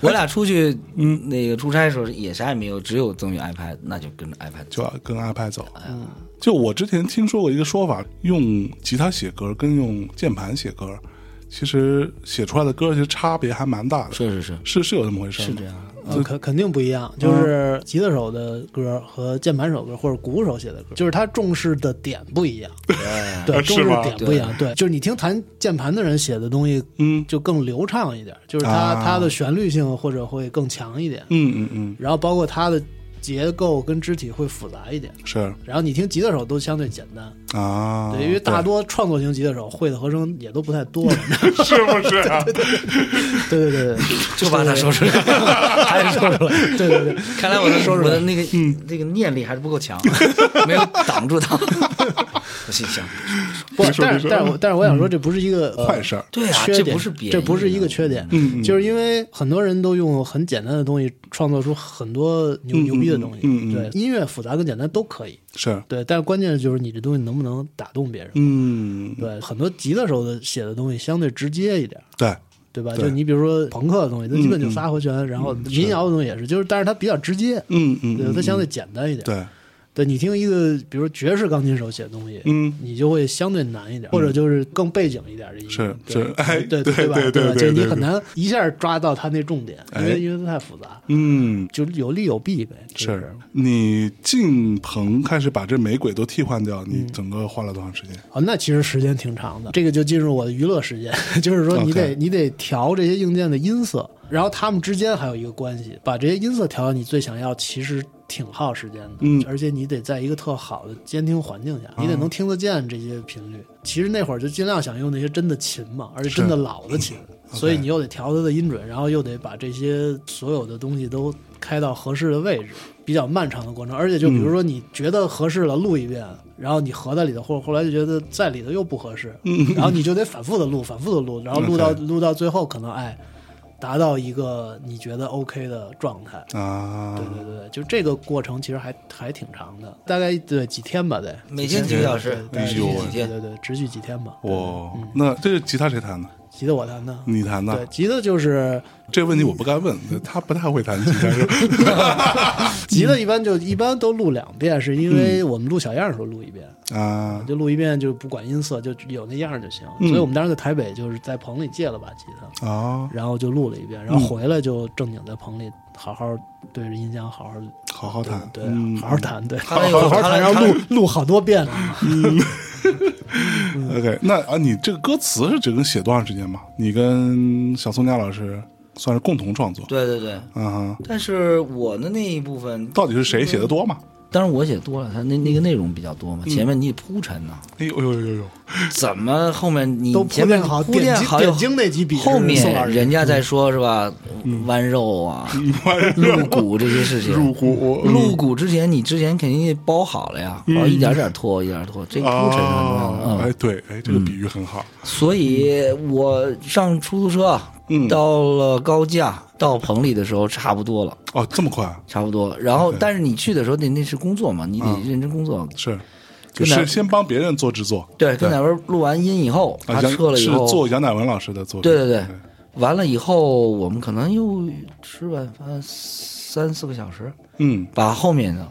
Speaker 2: 我俩出去，嗯，那个出差的时候也啥也没有，只有赠予 iPad，那就跟着 iPad
Speaker 1: 就要跟 iPad 走。
Speaker 2: 哎呀
Speaker 1: 就我之前听说过一个说法，用吉他写歌跟用键盘写歌，其实写出来的歌其实差别还蛮大的，
Speaker 2: 是是是，
Speaker 1: 是是有这么回事吗，
Speaker 2: 是这样的。
Speaker 3: 呃肯肯定不一样，
Speaker 1: 嗯
Speaker 3: 就是吉他手的歌和键盘手歌或者鼓手写的歌，就是他重视的点不一样，
Speaker 2: 哎
Speaker 3: 对，重
Speaker 1: 啊
Speaker 3: 视
Speaker 1: 是吗
Speaker 3: 点不一样，对，就是你听弹键盘的人写的东西
Speaker 1: 嗯
Speaker 3: 就更流畅一点，就是他
Speaker 1: 啊
Speaker 3: 他的旋律性或者会更强一点，
Speaker 1: 嗯嗯嗯，
Speaker 3: 然后包括他的结构跟肢体会复杂一点，
Speaker 1: 是
Speaker 3: 然后你听吉他手都相对简单，
Speaker 1: 啊，
Speaker 3: 对，因为 大
Speaker 1: 对
Speaker 3: 多创作型吉他手会的和声也都不太多了。
Speaker 1: 是不是啊？
Speaker 3: 对对 对对，
Speaker 2: 就把它说出来，还是说出来。
Speaker 3: 对对对，
Speaker 2: 看来我的我的那个那个念力还是不够强，没有挡住它。我心想，
Speaker 3: 不
Speaker 1: 别，说
Speaker 3: 但
Speaker 1: 别说
Speaker 3: 是但是我但是我想说，这不是一个
Speaker 1: 嗯
Speaker 3: 呃
Speaker 1: 坏事儿
Speaker 2: 对啊，
Speaker 3: 缺
Speaker 2: 这
Speaker 3: 点
Speaker 2: 不是别，
Speaker 3: 这不是一个缺点，
Speaker 1: 嗯嗯
Speaker 3: 就是因为很多人都用很简单的东西创作出很多牛
Speaker 1: 嗯嗯
Speaker 3: 牛逼的东西。
Speaker 1: 嗯嗯嗯
Speaker 3: 对，音乐复杂跟简单都可以，
Speaker 1: 是，
Speaker 3: 对，但是关键就是你这东西能不能打动别人。
Speaker 1: 嗯，
Speaker 3: 对，很多急的时候的写的东西相对直接一点，
Speaker 1: 对，
Speaker 3: 对吧？
Speaker 1: 对嗯
Speaker 3: 就你比如说朋克的东西，它基本就仨和弦，然后民谣的东西也是，就是但是它比较直接，
Speaker 1: 嗯嗯，
Speaker 3: 对，它
Speaker 1: 嗯
Speaker 3: 相对简单一点。
Speaker 1: 对，
Speaker 3: 对你听一个，比如爵士钢琴手写的东西，
Speaker 1: 嗯
Speaker 3: 你就会相对难一点，或者就是更背景一点的音乐，
Speaker 1: 是
Speaker 3: 对
Speaker 1: 是哎
Speaker 3: 对
Speaker 1: 对
Speaker 3: 吧？
Speaker 1: 对对对
Speaker 3: 吧？就
Speaker 1: 对
Speaker 3: 你
Speaker 1: 对
Speaker 3: 很难一下抓到它那重点，因
Speaker 1: 哎
Speaker 3: 为因为它太复杂，
Speaker 1: 嗯。
Speaker 3: 就有利有弊呗。就是
Speaker 1: 是你进棚开始把这每轨都替换掉，你
Speaker 3: 嗯
Speaker 1: 整个花了多长时间？
Speaker 3: 哦，那其实时间挺长的，这个就进入我的娱乐时间， 就是说你得
Speaker 1: OK
Speaker 3: 你得调这些硬件的音色，然后它们之间还有一个关系，把这些音色调到你最想要，其实挺耗时间的，
Speaker 1: 嗯
Speaker 3: 而且你得在一个特好的监听环境下，你得能听得见这些频率。其实那会儿就尽量想用那些真的琴嘛，而且真的老的琴，所以你又得调它的音准，然后又得把这些所有的东西都开到合适的位置。比较漫长的过程，而且就比如说你觉得合适了录一遍，然后你合在里头，或者后来就觉得在里头又不合适，然后你就得反复的录，反复的录，然后录到
Speaker 1: OK
Speaker 3: 录到最后可能哎，达到一个你觉得 OK 的状态。
Speaker 1: 啊
Speaker 3: 对，对对对，就这个过程其实还还挺长的，大概对几天吧，得
Speaker 2: 每天几个小时
Speaker 3: 对
Speaker 1: 哎
Speaker 3: 对
Speaker 1: 呦
Speaker 3: 对
Speaker 1: 喂
Speaker 3: 对对对，持续几天吧。
Speaker 1: 哇，那这个吉他谁弹的？
Speaker 3: 急得我弹的，
Speaker 1: 你弹
Speaker 3: 嗯对，
Speaker 1: 的？
Speaker 3: 急的就是
Speaker 1: 这问题我不该问，他不太会弹吉他，是吧
Speaker 3: 急的，一般就一般都录两遍，是因为我们录小样儿的时候录一遍，
Speaker 1: 啊，
Speaker 3: 就录一遍就不管音色，就有那样儿就行。所以我们当时在台北就是在棚里借了把吉他，
Speaker 1: 啊，
Speaker 3: 然后就录了一遍，然后回来就正经在棚里好好对着音箱好
Speaker 1: 好
Speaker 3: 好
Speaker 1: 好弹，
Speaker 2: 啊
Speaker 3: 对，
Speaker 1: 嗯
Speaker 3: 好好弹，对，
Speaker 2: 他那个
Speaker 3: 好好
Speaker 2: 他
Speaker 3: 弹，然后录录好多遍了。
Speaker 1: OK，那啊，你这个歌词是整个写多长时间吗？你跟小宋佳老师算是共同创作，
Speaker 2: 对对对。
Speaker 1: 嗯哼，
Speaker 2: 但是我的那一部分，
Speaker 1: 到底是谁写的多嘛？
Speaker 2: 当然我写多了，他那那个内容比较多嘛，前面你得铺陈呐，
Speaker 1: 哎呦呦呦呦呦，
Speaker 2: 怎么后面你
Speaker 3: 都铺
Speaker 2: 前面
Speaker 3: 垫好，
Speaker 2: 铺垫
Speaker 3: 点睛
Speaker 2: 好
Speaker 3: 点
Speaker 2: 有
Speaker 3: 睛那几笔，
Speaker 2: 后
Speaker 3: 宋老
Speaker 2: 面
Speaker 3: 师
Speaker 2: 人家再说是吧，剜肉啊、入骨这些事情，
Speaker 1: 入嗯股
Speaker 2: 啊嗯入骨之前你之前肯定包好了呀，然后一点点拖，一点点拖，这个铺陈是很重要的。
Speaker 1: 啊，嗯哎
Speaker 2: 嗯，
Speaker 1: 对，哎这个比喻很好，
Speaker 2: 所以我上出租车，
Speaker 1: 嗯
Speaker 2: 到了高架，到棚里的时候差不多了。
Speaker 1: 哦这么快啊
Speaker 2: 差不多，然后但是你去的时候得那是工作嘛，你
Speaker 1: 嗯
Speaker 2: 得认真工作。
Speaker 1: 是，就
Speaker 2: 跟
Speaker 1: 是
Speaker 2: 哪
Speaker 1: 先帮别人做制作，
Speaker 2: 对，跟哪边录完音以后，他
Speaker 1: 啊
Speaker 2: 撤
Speaker 1: 杨
Speaker 2: 了以
Speaker 1: 是
Speaker 2: 后，
Speaker 1: 做杨乃文老师的作品，
Speaker 2: 对对对，完了以后，我们可能又吃晚饭三四个小时，
Speaker 1: 嗯，
Speaker 2: 把后面的，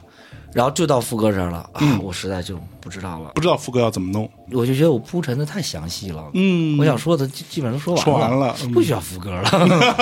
Speaker 2: 然后就到副歌这儿了啊，我实在就不知道了，
Speaker 1: 不知道副歌要怎么弄，
Speaker 2: 我就觉得我铺陈的太详细了，
Speaker 1: 嗯
Speaker 2: 我想说的基基本上都说完了，
Speaker 1: 说完了嗯
Speaker 2: 不需要副歌了。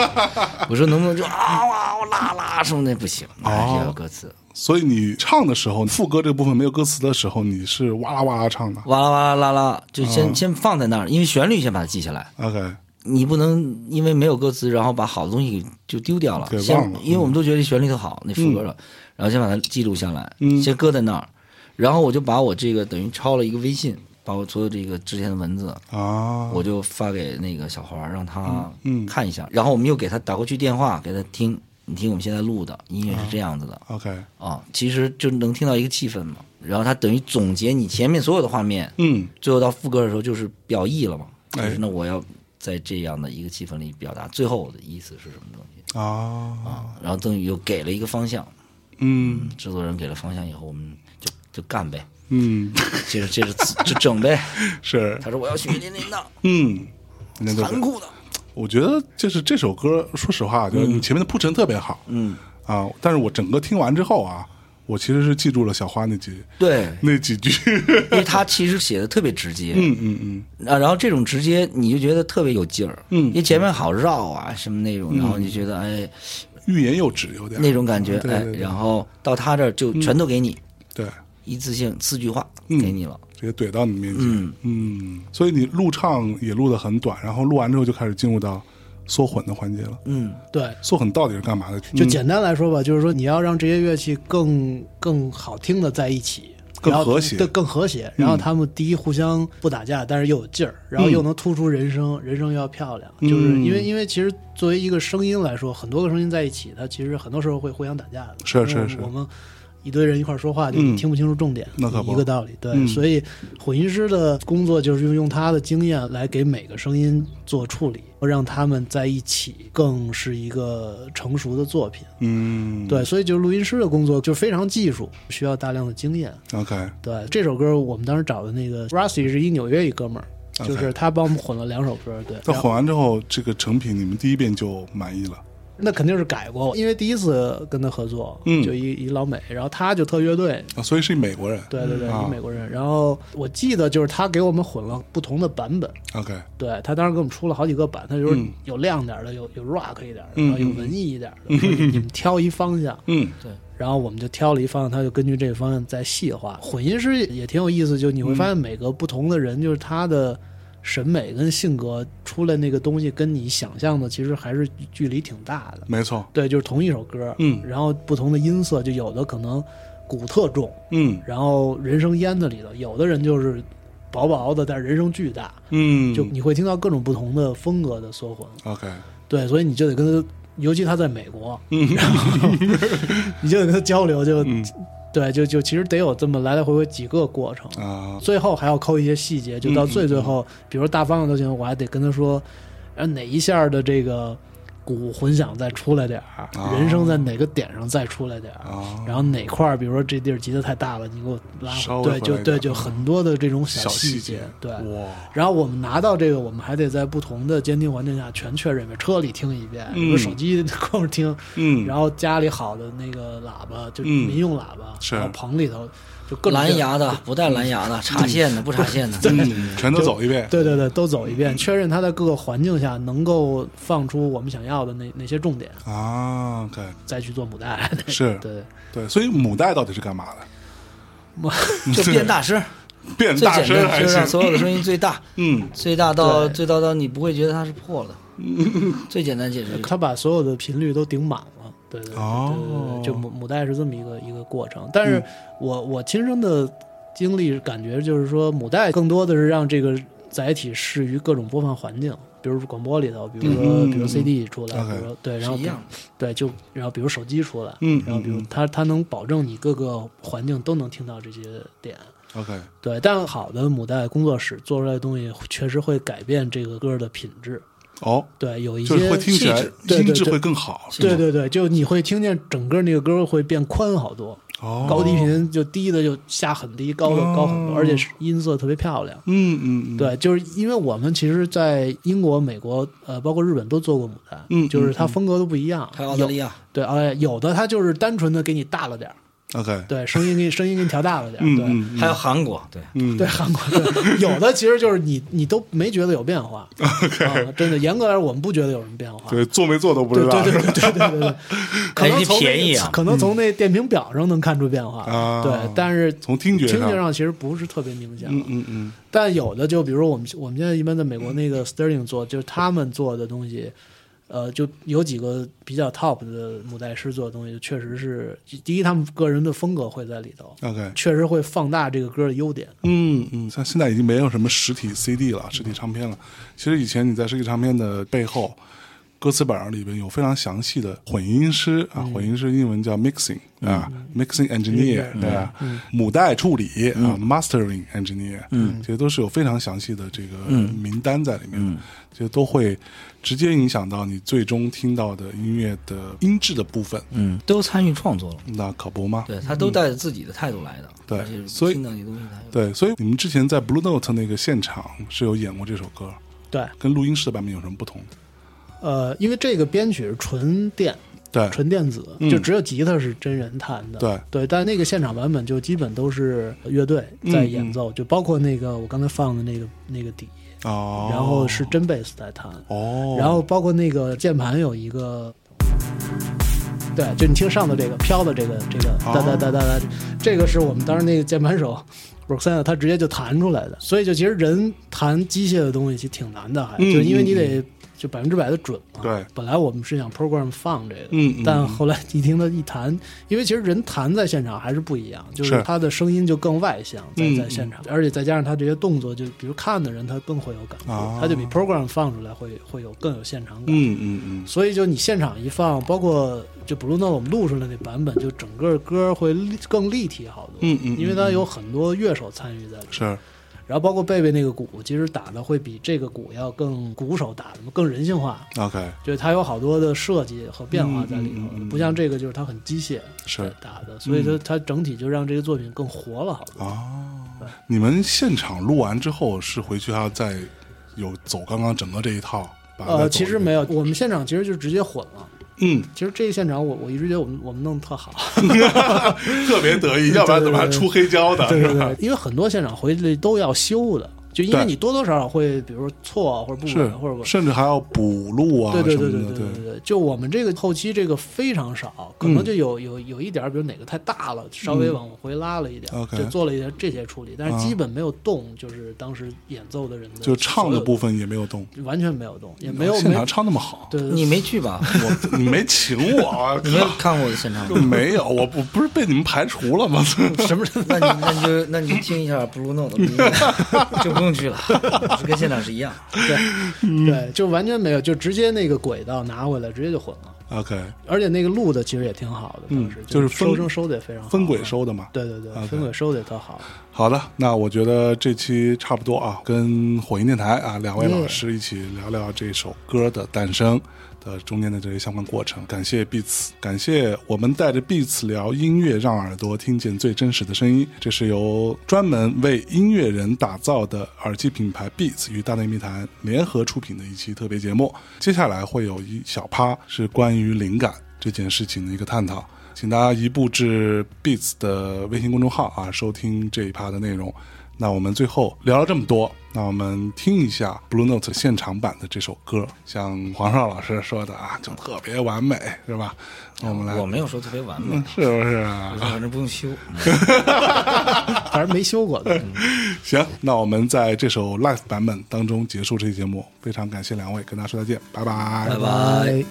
Speaker 2: 我说能不能就啊哇哇啦啦什么的不行，还
Speaker 1: 哦
Speaker 2: 是要有歌词，
Speaker 1: 所以你唱的时候，副歌这部分没有歌词的时候，你是哇啦哇啦唱的
Speaker 2: 哇啦哇啦啦啦，就先、
Speaker 1: 嗯
Speaker 2: 先放在那儿，因为旋律先把它记下来。
Speaker 1: ，OK，
Speaker 2: 你不能因为没有歌词，然后把好的东西就丢掉了
Speaker 1: 给，
Speaker 2: 先
Speaker 1: 忘了
Speaker 2: 因为我们都觉得旋律特好，那副歌了，然后先把它记录下来，
Speaker 1: 嗯
Speaker 2: 先搁在那儿，然后我就把我这个等于抄了一个微信，把我所有这个之前的文字，
Speaker 1: 啊，
Speaker 2: 我就发给那个小花儿，让他
Speaker 1: 嗯嗯
Speaker 2: 看一下，然后我们又给他打过去电话，给他听，你听我们现在录的音乐是这样子的
Speaker 1: OK，
Speaker 2: 啊，其实就能听到一个气氛嘛，然后他等于总结你前面所有的画面，
Speaker 1: 嗯
Speaker 2: 最后到副歌的时候就是表意了嘛，就
Speaker 1: 哎
Speaker 2: 是那我要在这样的一个气氛里表达最后我的意思是什么东西
Speaker 1: 啊，
Speaker 2: 啊，然后邓宇又给了一个方向，
Speaker 1: 嗯
Speaker 2: 制作人给了方向以后，我们就就干呗，
Speaker 1: 嗯，
Speaker 2: 接着接着就整呗。
Speaker 1: 是，
Speaker 2: 他说我要血淋淋的、
Speaker 1: 嗯， 那对
Speaker 2: 残酷的，
Speaker 1: 我觉得就是这首歌，说实话，就是你前面的铺陈特别好，
Speaker 2: 嗯，
Speaker 1: 啊，但是我整个听完之后啊，我其实是记住了小花那几
Speaker 2: 对，
Speaker 1: 那几句，
Speaker 2: 因为他其实写的特别直接，
Speaker 1: 嗯嗯嗯，
Speaker 2: 啊，然后这种直接你就觉得特别有劲儿，
Speaker 1: 嗯
Speaker 2: 因为前面好绕啊什么那种，然后你就觉得哎
Speaker 1: 欲言又止，有点嗯
Speaker 2: 那种感觉，
Speaker 1: 对
Speaker 2: 哎
Speaker 1: 对，对
Speaker 2: 然后到他这儿就全都给你
Speaker 1: 对，
Speaker 2: 一次性四句话
Speaker 1: 嗯
Speaker 2: 给你了。
Speaker 1: 直接怼到你面前，
Speaker 2: 嗯
Speaker 1: 嗯，所以你录唱也录得很短，然后录完之后就开始进入到缩混的环节了。
Speaker 2: 嗯，
Speaker 3: 对，
Speaker 1: 缩混到底是干嘛的？
Speaker 3: 就
Speaker 1: 嗯
Speaker 3: 简单来说吧，就是说你要让这些乐器更更好听的在一起，
Speaker 1: 更
Speaker 3: 然后
Speaker 1: 和谐嗯
Speaker 3: 对，更和谐。然后他们第一互相不打架，但是又有劲儿，然后又能突出人声，人声又要漂亮。就是
Speaker 1: 嗯
Speaker 3: 因为因为其实作为一个声音来说，很多个声音在一起，它其实很多时候会互相打架的。
Speaker 1: 是
Speaker 3: 因为
Speaker 1: 是是
Speaker 3: 我们。一堆人一块儿说话，就
Speaker 1: 嗯
Speaker 3: 听不清楚重点，
Speaker 1: 那可不
Speaker 3: 一个道理。对，
Speaker 1: 嗯
Speaker 3: 所以混音师的工作就是用他的经验来给每个声音做处理，让他们在一起更是一个成熟的作品。
Speaker 1: 嗯，
Speaker 3: 对，所以就是录音师的工作就非常技术，需要大量的经验。
Speaker 1: 嗯，OK，
Speaker 3: 对，这首歌我们当时找的那个 Rusty 是一纽约一哥们儿。
Speaker 1: OK
Speaker 3: 就是他帮我们混了两首歌，对，
Speaker 1: 那
Speaker 3: 然后
Speaker 1: 混完之后，这个成品你们第一遍就满意了，
Speaker 3: 那肯定是改过，因为第一次跟他合作，
Speaker 1: 嗯
Speaker 3: 就一一老美，然后他就特乐队，
Speaker 1: 啊，所以是一美国人
Speaker 3: 对对对，
Speaker 1: 啊
Speaker 3: 一美国人。然后我记得就是他给我们混了不同的版本，
Speaker 1: ，OK，
Speaker 3: 对他当时给我们出了好几个版，他就是
Speaker 1: 嗯
Speaker 3: 有亮点的，有有 rock 一点的，
Speaker 1: 嗯
Speaker 3: 然后有文艺一点的，说你们挑一方向。
Speaker 1: 嗯
Speaker 3: 然后我们就挑了一方向，他就根据这个方向再细化。混音师也挺有意思，就你
Speaker 1: 嗯
Speaker 3: 会发现每个不同的人，就是他的审美跟性格出来那个东西，跟你想象的其实还是距离挺大的。
Speaker 1: 没错，
Speaker 3: 对，就是同一首歌，
Speaker 1: 嗯
Speaker 3: 然后不同的音色，就有的可能鼓特重，
Speaker 1: 嗯
Speaker 3: 然后人声烟子里头，有的人就是薄薄的，但是人声巨大，
Speaker 1: 嗯，
Speaker 3: 就你会听到各种不同的风格的缩混。
Speaker 1: OK，
Speaker 3: 对，所以你就得跟他，尤其他在美国， 然后你就得跟他交流，就、
Speaker 1: 嗯
Speaker 3: 对，就就其实得有这么来来回回几个过程。
Speaker 1: 啊，
Speaker 3: 最后还要抠一些细节，就到
Speaker 1: 嗯
Speaker 3: 最最后，比如大方向都行，我还得跟他说，然后哪一下的这个鼓混响再出来点儿，
Speaker 1: 啊
Speaker 3: 人声在哪个点上再出来点儿，
Speaker 1: 啊
Speaker 3: 然后哪块儿，比如说这地儿吉他太大了，你给我拉
Speaker 1: 稍微
Speaker 3: 回，
Speaker 1: 回来
Speaker 3: 对，
Speaker 1: 一点嗯
Speaker 3: 就对，就很多的这种
Speaker 1: 小
Speaker 3: 细
Speaker 1: 节，
Speaker 3: 对。
Speaker 1: 哇，
Speaker 3: 然后我们拿到这个，我们还得在不同的监听环境下全确认一遍，车里听一遍，
Speaker 1: 嗯
Speaker 3: 有手机 光听，
Speaker 1: 嗯，
Speaker 3: 然后家里好的那个喇叭，就
Speaker 1: 嗯
Speaker 3: 民用喇叭，
Speaker 1: 是
Speaker 3: 然后棚里头就各种各
Speaker 2: 蓝
Speaker 3: 样
Speaker 2: 牙的不带蓝 牙的，插线的不插线的，
Speaker 1: 嗯，全都走一遍，
Speaker 3: 对对对，都走一遍，确认它在各个环境下能够放出我们想要的那那些重点，
Speaker 1: 啊，OK，
Speaker 3: 再去做母带。
Speaker 1: 是
Speaker 3: 对，
Speaker 1: 对，所以母带到底是干嘛的？
Speaker 2: 就变大 声，
Speaker 1: 变
Speaker 2: 最
Speaker 1: 大
Speaker 2: 简
Speaker 1: 声
Speaker 2: 单
Speaker 1: 还
Speaker 2: 就是让
Speaker 1: 是
Speaker 2: 所有的声音最 大，
Speaker 1: 嗯
Speaker 2: 最大到
Speaker 3: 对
Speaker 2: 最大到你不会觉得它是破 了的，最简单解释。
Speaker 3: 它把所有的频率都顶满了。对对对
Speaker 1: 哦
Speaker 3: 对对对，就母母带是这么一个一个过程。但是
Speaker 1: 嗯
Speaker 3: 我我亲身的经历感觉就是说，母带更多的是让这个载体适于各种播放环境。比如广播里头，比如说，
Speaker 1: 嗯
Speaker 3: 比如 CD 出来，
Speaker 1: OK
Speaker 3: 比如说对，然
Speaker 2: 是
Speaker 3: 后
Speaker 2: 一样
Speaker 3: 对，就然后比如手机出来，
Speaker 1: 嗯
Speaker 3: 然后比如
Speaker 1: 嗯
Speaker 3: 它它能保证你各个环境都能听到这些点。
Speaker 1: ，OK，
Speaker 3: 对，但好的母带工作室做出来的东西确实会改变这个歌的品质。
Speaker 1: 哦，
Speaker 3: 对，有一些
Speaker 1: 就是会听起来
Speaker 2: 气质
Speaker 3: 对
Speaker 1: 音
Speaker 3: 对
Speaker 1: 质
Speaker 3: 对
Speaker 1: 会更好，是
Speaker 3: 对
Speaker 1: 吗
Speaker 3: 对对，就你会听见整个那个歌会变宽好多，
Speaker 1: 哦，
Speaker 3: 高低，频就低的就下很低，高的高很多，而且是音色特别漂亮。
Speaker 1: 嗯嗯，嗯，
Speaker 3: 对，就是因为我们其实，在英国、美国，呃，包括日本都做过牡丹，
Speaker 1: 嗯
Speaker 3: 就是
Speaker 1: 嗯
Speaker 3: 它
Speaker 1: 嗯
Speaker 3: 风格都不一样。
Speaker 2: 还有澳大利
Speaker 1: 啊
Speaker 3: 亚，
Speaker 2: 亚，
Speaker 3: 对，哎，有的它就是单纯的给你大了点儿，
Speaker 1: OK，
Speaker 3: 对，声音给你 声音给你调大了点儿，
Speaker 1: 嗯
Speaker 3: 对，
Speaker 1: 嗯
Speaker 2: 还有韩国，对，
Speaker 1: 嗯，
Speaker 3: 对韩国对，有的其实就是你你都没觉得有 变化啊，真的，严格来说我们不觉得有什么变化。
Speaker 1: 对，做没做都不
Speaker 3: 对
Speaker 1: 知道，
Speaker 3: 对对对对对对 对，可能从那
Speaker 2: 便宜啊
Speaker 3: 可能从那电瓶表上能看出变化，
Speaker 1: 啊
Speaker 3: 对，但是
Speaker 1: 从听觉
Speaker 3: 听
Speaker 1: 上
Speaker 3: 觉上其实不是特别明显。
Speaker 1: 嗯嗯嗯
Speaker 3: 但有的就比如说我们我们现在一般在美国那个 Sterling 做，就是他们做的东西，呃，就有几个比较 top 的母带师做的东西，确实是第一，他们个人的风格会在里头，
Speaker 1: ，OK，
Speaker 3: 确实会放大这个歌的优点。
Speaker 1: 嗯嗯，像现在已经没有什么实体 CD 了，实体唱片了。其实以前你在实体唱片的背后，歌词本上里边有非常详细的混音师啊，混音师英文叫 mixing 啊，mixing engineer 对吧？母带处理啊，mastering engineer，嗯，这些都是有非常详细的这个名单在里面的，这些都会直接影响到你最终听到的音乐的音质的部分。
Speaker 2: 嗯，都参与创作了，
Speaker 1: 那可不吗？
Speaker 2: 对他都带着自己的态度来的，
Speaker 1: 嗯对
Speaker 2: 而且
Speaker 1: 所以
Speaker 2: 听到你的东西，他
Speaker 1: 对，所以你们之前在 Blue Note 那个现场是有演过这首歌。
Speaker 3: 对，
Speaker 1: 跟录音室的版本有什么不同？
Speaker 3: 呃，因为这个编曲是纯电，
Speaker 1: 对，
Speaker 3: 纯电子，
Speaker 1: 嗯
Speaker 3: 就只有吉他是真人弹的。
Speaker 1: 对
Speaker 3: 但那个现场版本就基本都是乐队在
Speaker 1: 嗯
Speaker 3: 演奏，就包括那个我刚才放的那个那个底，
Speaker 1: 哦，
Speaker 3: 然后是真贝斯在弹，
Speaker 1: 哦，
Speaker 3: 然后包括那个键盘有一个。对，就你听上头这个飘的这个这个
Speaker 1: 哦
Speaker 3: 哒哒哒哒哒，这个是我们当时那个键盘手 Roxanne 他直接就弹出来的，所以就其实人弹机械的东西其实挺难的，还
Speaker 1: 嗯
Speaker 3: 就是因为你得就百分之百的准嘛。
Speaker 1: 对，
Speaker 3: 本来我们是想 program 放这个，
Speaker 1: 嗯嗯
Speaker 3: 但后来一听他一弹，因为其实人弹在现场还是不一样，就是
Speaker 1: 是
Speaker 3: 他的声音就更外向，在
Speaker 1: 嗯
Speaker 3: 在现场，而且再加上他这些动作，就比如看的人他更会有感觉，
Speaker 1: 啊
Speaker 3: 他就比 program 放出来会会有更有现场感。
Speaker 1: 嗯嗯嗯，
Speaker 3: 所以就你现场一放，包括就 Blue Note 我们录出来那版本，就整个歌会立更立体好多。
Speaker 1: 嗯嗯嗯
Speaker 3: 因为它有很多乐手参与在里面，
Speaker 1: 嗯是
Speaker 3: 然后包括贝贝那个鼓，其实打的会比这个鼓要更鼓手打的更人性化，
Speaker 1: OK，
Speaker 3: 就是它有好多的设计和变化在里头，
Speaker 1: 嗯嗯嗯嗯嗯
Speaker 3: 不像这个就是它很机械
Speaker 1: 是
Speaker 3: 打的，所以它它整体就让这个作品更活了好多。
Speaker 1: 哦，你们现场录完之后是回去还要再有走刚刚整个这一套？把它再走
Speaker 3: 呃，
Speaker 1: 一
Speaker 3: 其实
Speaker 1: 遍
Speaker 3: 没有，我们现场其实就直接混了。
Speaker 1: 嗯，
Speaker 3: 其实这个现场我我一直觉得我们我们弄得特好，
Speaker 1: 特别得意，要不然怎么还出黑胶的？
Speaker 3: 对
Speaker 1: 是
Speaker 3: 对
Speaker 1: 吧
Speaker 3: 对，因为很多现场回去都要修的，就因为
Speaker 1: 对
Speaker 3: 你多多少少会，比如说错啊或者不
Speaker 1: 是
Speaker 3: 稳或者，不。
Speaker 1: 甚至还要补录啊
Speaker 3: 对对
Speaker 1: 什
Speaker 3: 对
Speaker 1: 么
Speaker 3: 对
Speaker 1: 的，
Speaker 3: 对对，就我们这个后期这个非常少，可能就有有有一点儿，比如哪个太大了，稍微往回拉了一点儿，
Speaker 1: 嗯 OK
Speaker 3: 就做了一些这些处理，但
Speaker 1: 啊
Speaker 3: 是基本没有动，就是当时演奏的人的
Speaker 1: 就唱的
Speaker 3: 所有
Speaker 1: 部分也没有动，
Speaker 3: 完全没有动，也没有
Speaker 1: 现
Speaker 3: 没
Speaker 1: 场唱那么好，
Speaker 3: 对对
Speaker 2: 你没去 吧？我
Speaker 1: 你没请我 啊，
Speaker 2: 你没有看过我的现场
Speaker 1: 靠
Speaker 2: 吗？
Speaker 1: 没有，我不不是被你们排除了吗？
Speaker 2: 什么？那你那你就那你就听一下 Blue Note，就不用去 了，跟现场是一样。
Speaker 1: 嗯
Speaker 3: 对对，就完全没有，就直接那个轨道拿回来，直接就混了。
Speaker 1: OK，
Speaker 3: 而且那个录的其实也挺好的，当时
Speaker 1: 嗯就是分
Speaker 3: 收声收的也非常好，啊
Speaker 1: 分轨收的嘛。
Speaker 3: 对对对
Speaker 1: OK，
Speaker 3: 分轨收的也特好。
Speaker 1: 好的，那我觉得这期差不多啊，跟火焰电台啊两位老师一起聊聊这首歌的诞生的中间的这些相关过程。感谢 Beats，感谢我们带着 Beats 聊音乐，让耳朵听见最真实的声音。这是由专门为音乐人打造的耳机品牌 Beats 与大内密谈联合出品的一期特别节目。接下来会有一小趴是关于灵感这件事情的一个探讨。请大家移步至 Beats 的微信公众号啊，收听这一趴的内容。那我们最后聊了这么多，那我们听一下 Blue Note 现场版的这首歌，像黄少老师说的啊，就特别完美，是吧？那我们来，
Speaker 2: 我没有说特别完美，
Speaker 1: 是不是啊
Speaker 2: 我？说反正不用修。
Speaker 3: 反正没修过的。
Speaker 1: 行，那我们在这首 Live 版本当中结束这期节目，非常感谢两位，跟大家说再见，拜拜
Speaker 2: 拜拜。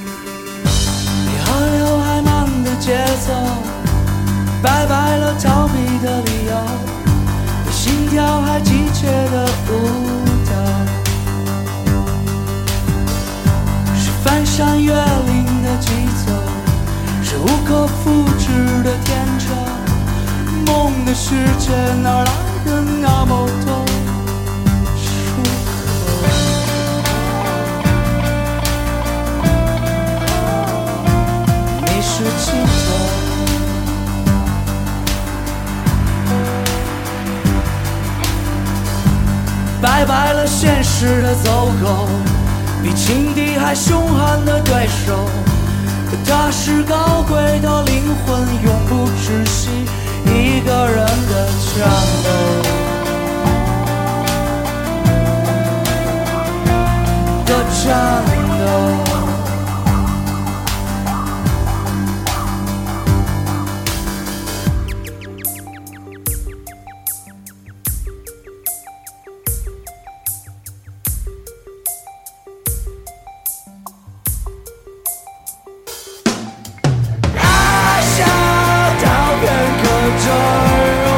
Speaker 4: 你还有海浪的节奏，拜拜了逃避的理由，你心跳还急切的舞蹈，是翻山越岭的疾走，是无可复制的天真，梦的世界哪来的那么多出口？你是记者，拜拜了现实的走狗，比情敌还凶悍的对手。可他是高贵的灵魂，永不窒息一个人的颤抖的颤抖。爱笑到片刻坠落，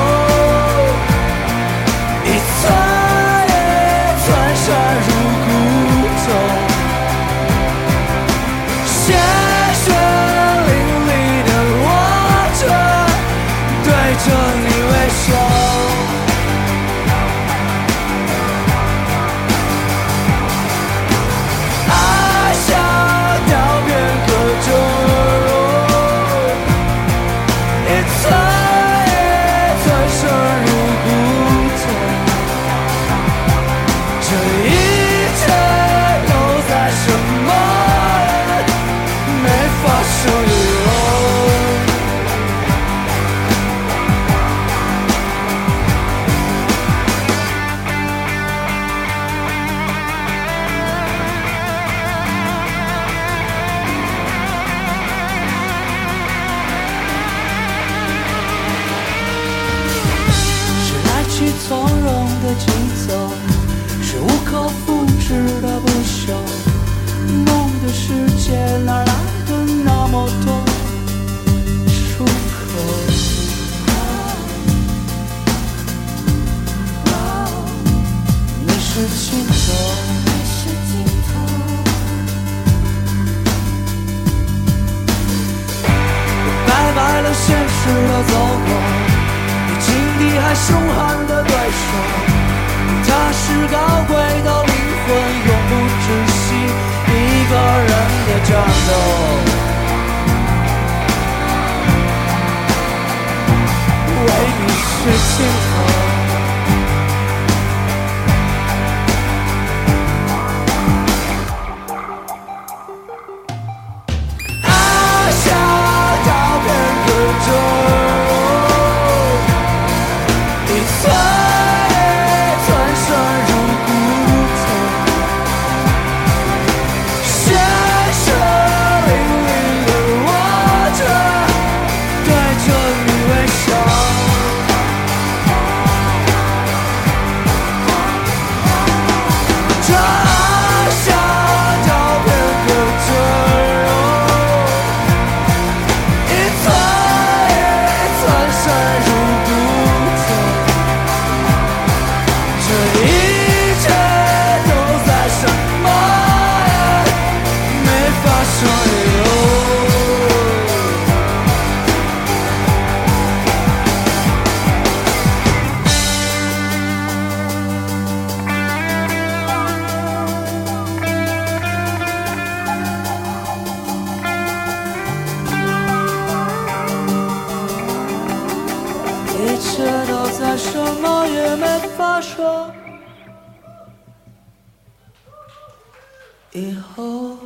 Speaker 4: 凶悍的对手。他是高贵到灵魂永不窒息，一个人的战斗。为你是尽头。阿夏照片诅咒。一寸一寸深入骨头，鲜血淋漓的我却对着你微笑。这阿夏照片可脆弱。一寸一寸深入骨头，这一切都在什么也没发生哟。一切都在什么也没发生。以后。